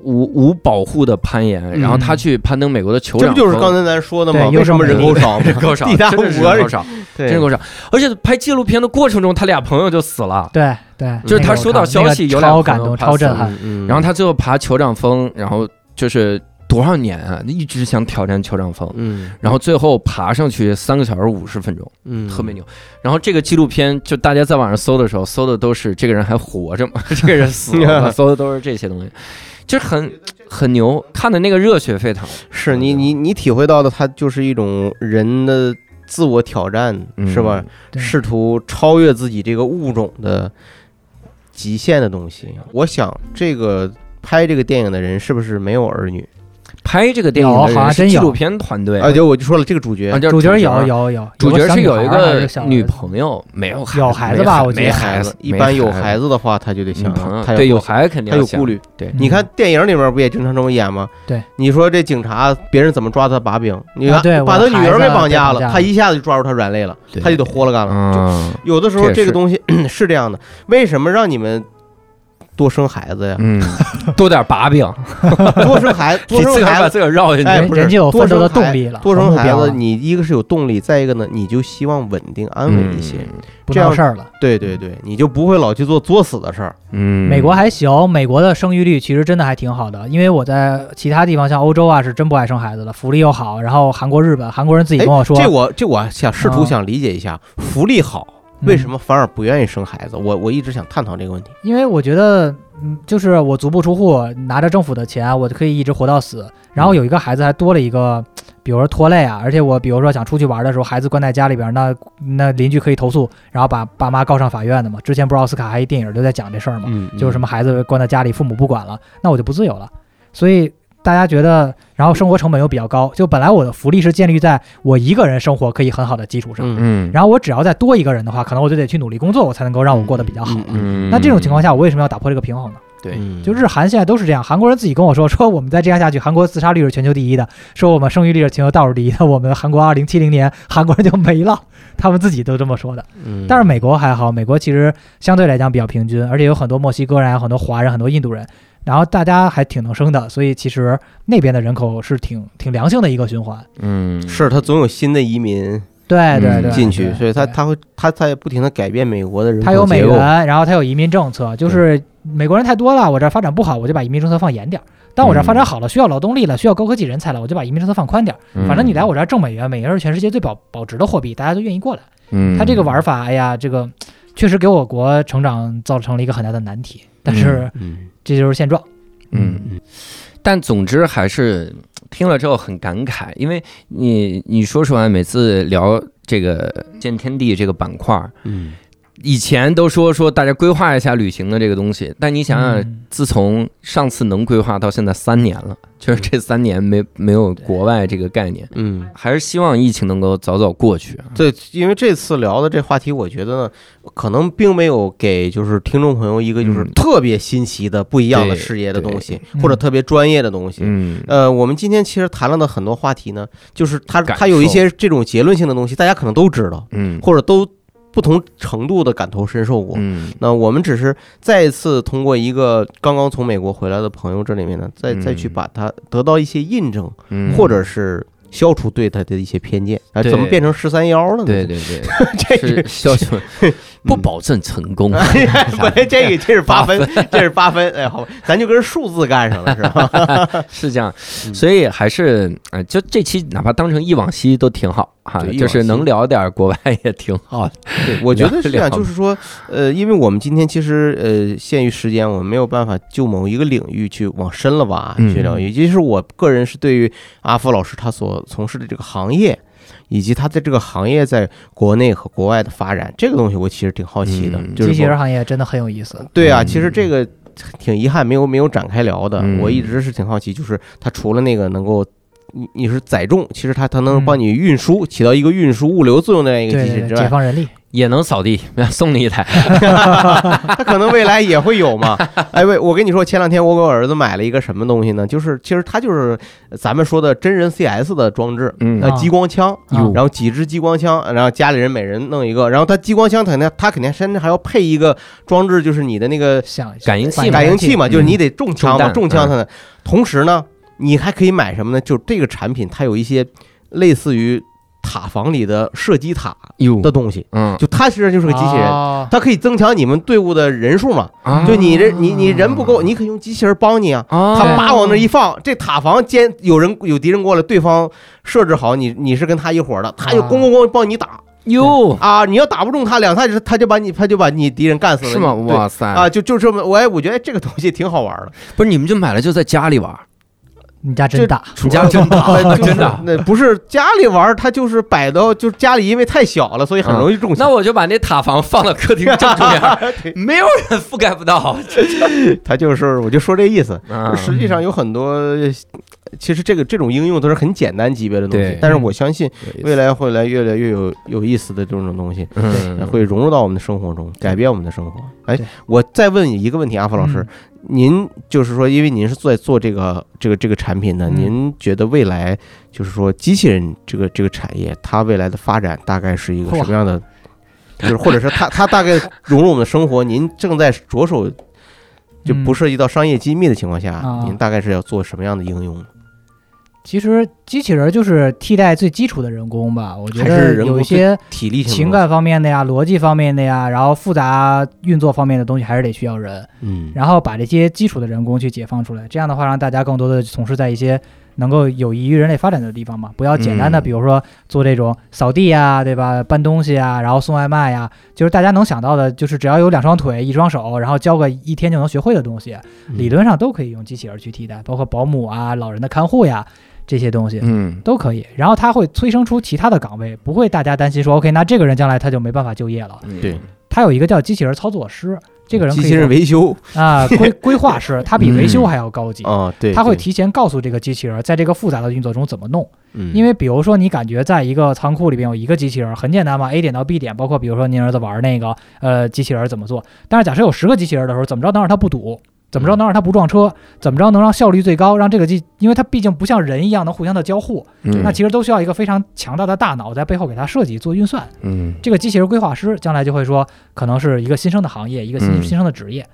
A: 无无保护的攀岩，然后
C: 嗯
A: 他去攀登美国的酋
B: 这
A: 长
B: 不
A: 峰，
B: 就是刚才咱说的吗？
C: 对
B: 为什么人口少吗？
A: 人口少，
B: 地大
A: 真的是
B: 物博
A: 人口少，
B: 对
A: 真人口少。而且拍纪录片的过程中，他俩朋友就死了，
C: 对对，
A: 就是他
C: 那个我
A: 收到
C: 看
A: 消息
C: 那
A: 有
C: 个
A: 两
C: 超
A: 个
C: 感
A: 朋友
C: 动，
A: 怕
C: 超
A: 死
C: 震撼。
B: 嗯
A: 然后他最后爬酋长峰，然后就是多少年啊，一直想挑战酋长峰。
B: 嗯
A: 然后最后爬上去三个小时五十分钟，
B: 嗯
A: 特别牛。然后这个纪录片，就大家在网上搜的时候，搜的都是这个人还活着吗？ 这个人死了 吗？搜的都是这些东西，就是很很牛，看的那个热血沸腾。
B: 是你你你体会到的，它就是一种人的自我挑战，
A: 嗯
B: 是吧？
C: 对
B: 试图超越自己这个物种的极限的东西。我想这个拍这个电影的人是不是没有儿女？
A: 拍这个电影
C: 有啊
A: 的
C: 好
A: 人
C: 像
A: 是
C: 真
A: 纪
C: 有
A: 录片团队，
B: 啊，就我就说了，这个主角
A: 啊叫
C: 主角
A: 啊
C: 有有有，
A: 主角
C: 小
A: 是
C: 女
A: 有一
C: 孩儿还是
A: 个
C: 小
A: 女
C: 孩子
A: 朋友，没有
C: 有
A: 孩
C: 孩子吧
A: 没
C: 我觉
A: 没
C: 得
A: 孩子，
B: 一般有
A: 孩
B: 孩
A: 子
B: 子的话，他就得想
A: 女朋友，
B: 他
A: 对有
B: 有
A: 孩子肯定
B: 他有
A: 想
B: 顾虑。
A: 对
C: 嗯
B: 你看电影里面不也经常这么演吗？
C: 对，
B: 你说这警察别人怎么抓他把柄？你看、
C: 啊对
B: 把他
C: 我的
B: 女
C: 孩
B: 儿
C: 子
B: 给绑架
C: 被绑架
B: 了，
C: 了
B: 他一下子就抓住他软肋了
A: 对，
B: 他就得豁了干了。
A: 啊，
B: 有的时
A: 这
B: 候
A: 也
B: 这
A: 是
B: 个东西 是这样的，为什么让你们多生孩子呀？
A: 嗯，多点把柄，
B: 多生 孩子，
A: 你
B: 多
A: 自个
B: 生
A: 儿把
B: 孩子，
A: 自个儿绕进
B: 哎
A: 去。
C: 人
B: 不是
C: 人家有
B: 多
C: 奋斗
B: 生
C: 的
B: 孩
C: 动力了，
B: 多生
C: 目
B: 孩
C: 标
B: 子，
A: 啊
C: 了
B: 你一个是有动力，再一个呢，你就希望稳定安稳一些。
A: 嗯
C: 不
B: 这
C: 闹
B: 样
C: 事儿了。
B: 对对对，你就不会老去做作死的事儿。
A: 嗯，
C: 美国还行，美国的生育率其实真的还挺好的，因为我在其他地方像欧洲啊是真不爱生孩子的，福利又好，然后韩国、日本，韩国人自己
B: 哎
C: 跟我说，
B: 这我这我想试图
C: 啊
B: 想理解一下，福利好，
C: 嗯
B: 为什？么反而不愿意生孩子？我我一直想探讨这个问题。
C: 因为我觉得，嗯，就是我足不出户，拿着政府的钱，我可以一直活到死，然后有一个孩子还多了一个。比如说拖累啊，而且我比如说想出去玩的时候，孩子关在家里边，那那邻居可以投诉，然后把爸妈告上法院的嘛。之前不是奥斯卡还一电影就在讲这事儿嘛，
B: 嗯
C: 就是什么孩子关在家里，父母不管了，那我就不自由了。所以大家觉得，然后生活成本又比较高，就本来我的福利是建立在我一个人生活可以很好的基础上，
B: 嗯
A: 嗯，
C: 然后我只要再多一个人的话，可能我就得去努力工作，我才能够让我过得比较好。
A: 嗯，
C: 那这种情况下，我为什么要打破这个平衡呢？
A: 对
B: 嗯
C: 就日韩现在都是这样，韩国人自己跟我说，说我们再这样下去，韩国自杀率是全球第一的，说我们生育率是全球倒数第一的，我们韩国二零七零年韩国人就没了，他们自己都这么说的。
B: 嗯
C: 但是美国还好，美国其实相对来讲比较平均，而且有很多墨西哥人，还有很多华人，很多印度人，然后大家还挺能生的，所以其实那边的人口是挺挺良性的一个循环。
A: 嗯
B: 是他总有新的移民
C: 对对
A: 嗯
C: 对，
B: 进去，
C: 对
B: 所以他
C: 对
B: 他会他在不停的改变美国的人
C: 他有
B: 口
C: 美
B: 结构
C: 元，然后他有移民政策，就是美国人太多了，我这儿发展不好，我就把移民政策放严点儿；当我这儿发展好了，需要劳动力了，需要高科技人才了，我就把移民政策放宽点儿。
A: 嗯
C: 反正你来我这儿挣美元，美元是全世界最保保值的货币，大家都愿意过来。
A: 嗯，
C: 他这个玩法，哎呀，这个确实给我国成长造成了一个很大的难题，但是
B: 嗯
C: 这就是现状。
A: 嗯，嗯，但总之还是听了之后很感慨，因为你你说实话，每次聊这个见天地这个板块儿，
B: 嗯
A: 以前都说说大家规划一下旅行的这个东西，但你想想，
C: 嗯
A: 自从上次能规划到现在三年了，就是这三年没没有国外这个概念，
B: 嗯，
A: 还是希望疫情能够早早过去啊。
B: 对，因为这次聊的这话题，我觉得呢，可能并没有给就是听众朋友一个就是
A: 嗯
B: 特别新奇的、不一样的
A: 对
B: 视野的
A: 对
B: 东西，
C: 嗯
B: 或者特别专业的东西。
A: 嗯，
B: 呃，我们今天其实谈论的很多话题呢，就是它
A: 感
B: 它有一
A: 受
B: 些这种结论性的东西，大家可能都知道，
A: 嗯
B: 或者都不同程度的感同身受过。
A: 嗯
B: 那我们只是再一次通过一个刚刚从美国回来的朋友这里面呢，再再去
A: 嗯
B: 把它得到一些印证，
A: 嗯，
B: 或者是消除对他的一些偏见。哎，
A: 对
B: 怎么变成十三幺了呢？
A: 对对 对，
B: 这
A: 是
B: 是
A: 消息不保证成 功。
B: 哎呀不 这个这是八分， 这是八分。哎，好吧，咱就跟数字干上了，是 吧？
A: 是这样，
B: 嗯
A: 所以还是呃，就这期哪怕当成忆往昔都挺好哈，
B: 对忆
A: 就是
B: 往昔
A: 能聊点国外也挺好的。
B: 对， 我觉得是这样，
A: 聊
B: 就是说，呃，因为我们今天其实呃限于时间，我们没有办法就某一个领域去往深了挖
A: 嗯
B: 去聊，尤其是我个人是对于阿福老师他所从事的这个行业。以及他在这个行业在国内和国外的发展，这个东西我其实挺好奇的。
A: 嗯
B: 就是
C: 机器
B: 说
C: 人行业真的很有意思。
B: 对啊，
A: 嗯
B: 其实这个挺遗憾，没有没有展开聊的。
A: 嗯
B: 我一直是挺好奇，就是它除了那个能够。你你是载重，其实它它能
C: 嗯
B: 帮你运输，起到一个运输物流作用的这样一
C: 对
B: 个机器
C: 对
B: 人之
C: 对，解
B: 外，
C: 放人力，
A: 也能扫地， 送你一台。
B: 它可能未来也会有 嘛。哎喂，我跟你说，前两天我给我儿子买了一个什么东西呢？就是其实它就是咱们说的真人 CS 的装置，
A: 嗯
C: 啊
B: 呃，激光枪，
C: 哟
B: 然后几支激光枪，然后家里人每人弄一个，然后它激光枪肯定它肯定甚至还要配一个装置，就是你的那个
C: 想一下
A: 感应器
B: 感应器
A: 嗯
B: 嘛，就是你得中枪嘛，
A: 中弹嗯
B: 中枪它的。同时呢，你还可以买什么呢？就是这个产品它有一些类似于塔防里的射击塔
A: 哟
B: 的东西，
A: 嗯，
B: 就它其实就是个机器人。
C: 哦
B: 它可以增强你们队伍的人数嘛？
A: 啊
B: 就你这你你
A: 嗯
B: 人不够，你可以用机器人帮你啊。
A: 啊，
B: 他
C: 对
B: 叭往那一放，这塔防间有人有敌人过来，对方设置好你你是跟他一伙儿的，
A: 啊
B: 他就咣咣咣帮你打
A: 哟
B: 啊！你要打不中他两下，就是他就把你他就把你敌人干死了。
A: 是吗？
B: 对
A: 哇塞，
B: 啊，就就这么，我也我觉得哎这个东西挺好玩的，
A: 不是你们就买了就在家里玩，
C: 你家真
B: 这
C: 大，嗯
A: 你家真
B: 呃
A: 大
B: 就是
A: 真的。
B: 那不是家里玩儿，它就是摆到就是家里因为太小了，所以很容易中
A: 那
B: 枪。
A: 我就把那塔防放到客厅正中间 儿，没有人覆盖不到。
B: 它就是我就说这意思。
A: 啊
B: 实际上有很多，其实这个这种应用都是很简单级别的东
A: 对嗯
B: 西，但是我相信
A: 有意思
B: 未来会来越来越有有意思的这种东西。
A: 嗯，
B: 会融入到我们的生活中，改变我们的生活。哎
C: 对，
B: 我再问你一个问题，阿哦福老
A: 嗯
B: 师，您就是说，因为您是在做这个这个这个产品的，
C: 嗯
B: 您觉得未来就是说机器人这个这个产业，它未来的发展大概是一个
C: 嚯
B: 什么样的？就是或者是它它大概融入我们的生活，您正在着手就不
C: 嗯
B: 涉及到商业机密的情况下，
C: 啊
B: 您大概是要做什么样的应用？
C: 嗯其实机器人就是替代最基础的人工吧，我觉
B: 还是
C: 得
B: 人工
C: 有一
B: 最
C: 些
B: 体力性的
C: 情
B: 东西，
C: 感方面的呀、逻辑方面的呀，然后复杂运作方面的东西还是得需要人，
B: 嗯，
C: 然后把这些基础的人工去解放出来，这样的话让大家更多的从事在一些能够有益于人类发展的地方嘛，不要简单的
A: 嗯
C: 比如说做这种扫地呀，对吧？搬东西呀，然后送外卖呀，就是大家能想到的，就是只要有两双腿、一双手，然后教个一天就能学会的东西，
B: 嗯
C: 理论上都可以用机器人去替代，包括保姆啊、老人的看护呀这些东西。
A: 嗯
C: 都可以。然后它会催生出其他的岗位，不会大家担心说，OK，那这个人将来他就没办法就业了。
A: 嗯
B: 对，
C: 它有一个叫机器人操作师，这个人
B: 机
C: 可
B: 器人
C: 以
B: 维修
C: 啊 规规划师，他比维修还要高级。
B: 啊，对，
C: 嗯他会
B: 对，
C: 提前告诉这个机器人，在这个复杂的运作中怎么弄。
B: 嗯
C: 因为比如说，你感觉在一个仓库里边有一个机器人，很简单嘛，A 点到 B 点，包括比如说您儿子玩那个呃机器人怎么做。但是假设有十个机器人的时候，怎么着能让它不堵？怎么
B: 嗯
C: 着能让它不撞车？怎么着能让效率最高？让这个机，因为它毕竟不像人一样能互相的交互，
A: 嗯
C: 那其实都需要一个非常强大的大脑在背后给它设计做运算。
A: 嗯
C: 这个机器人规划师将来就会说，可能是一个新生的行业，一个新
A: 嗯
C: 新生的职业。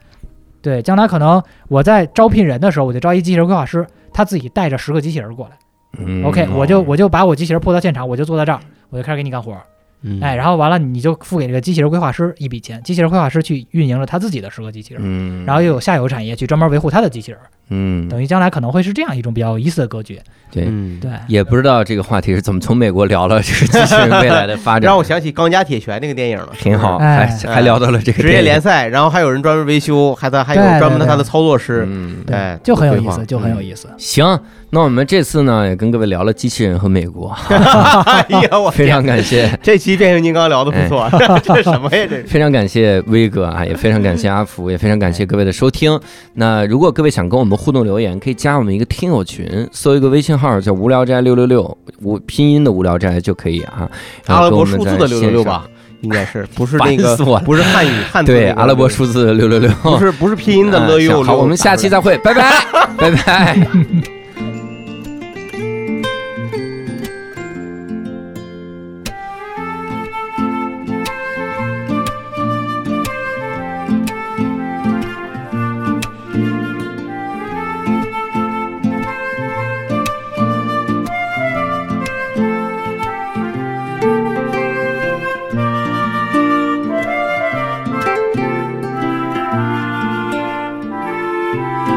C: 对，将来可能我在招聘人的时候，我就招一机器人规划师，他自己带着十个机器人过来。
A: 嗯
C: OK，我就我就把我机器人破到现场，我就坐在这儿，我就开始给你干活。
B: 嗯
C: 哎，然后完了你就付给这个机器人规划师一笔钱，机器人规划师去运营了他自己的十个机器人，
A: 嗯，
C: 然后又有下游产业去专门维护他的机器人，
A: 嗯，
C: 等于将来可能会是这样一种比较有意思的格局。
A: 对。
B: 嗯，
C: 对，
A: 也不知道这个话题是怎么从美国聊了这个机器人未来的发展，
B: 让我想起《钢加铁拳》那个电影了，
A: 挺好，还
C: 哎
A: 还聊到了这个
B: 职业
A: 电
B: 联
A: 影，
B: 赛，然后还有人专门维修，还他还有
C: 对对
B: 专门的
C: 对
B: 他的操作师，
A: 嗯，
C: 对
B: 哎
C: 就很有意
B: 规划
C: 思，就很有意思。
A: 行，那我们这次呢也跟各位聊了机器人和美国，
B: 哎呀，我
A: 非
B: 天，哎
A: 常感谢
B: 这期变形金刚聊的不错，啊 这什么呀？这是
A: 非常感谢威哥啊，也非常感谢阿福，也非常感谢各位的收听。那如果各位想跟我们互动留言，可以加我们一个听友群，搜一个微信号叫“无聊斋六六六”，无拼音的“无聊斋”就可以啊。然后
B: 阿
A: 跟
B: 拉伯
A: 我们
B: 数字
A: 在
B: 的六六
A: 线
B: 六
A: 上？
B: 吧，应该是不是那
A: 烦
B: 个
A: 死我了
B: 不是汉语汉字那
A: 对，
B: 个
A: 阿拉伯
B: 666
A: 数字六六六。
B: 不是不是拼音的
A: 嗯
B: 乐又
A: 行好，我们下期再会，拜 拜，拜拜。
D: Thank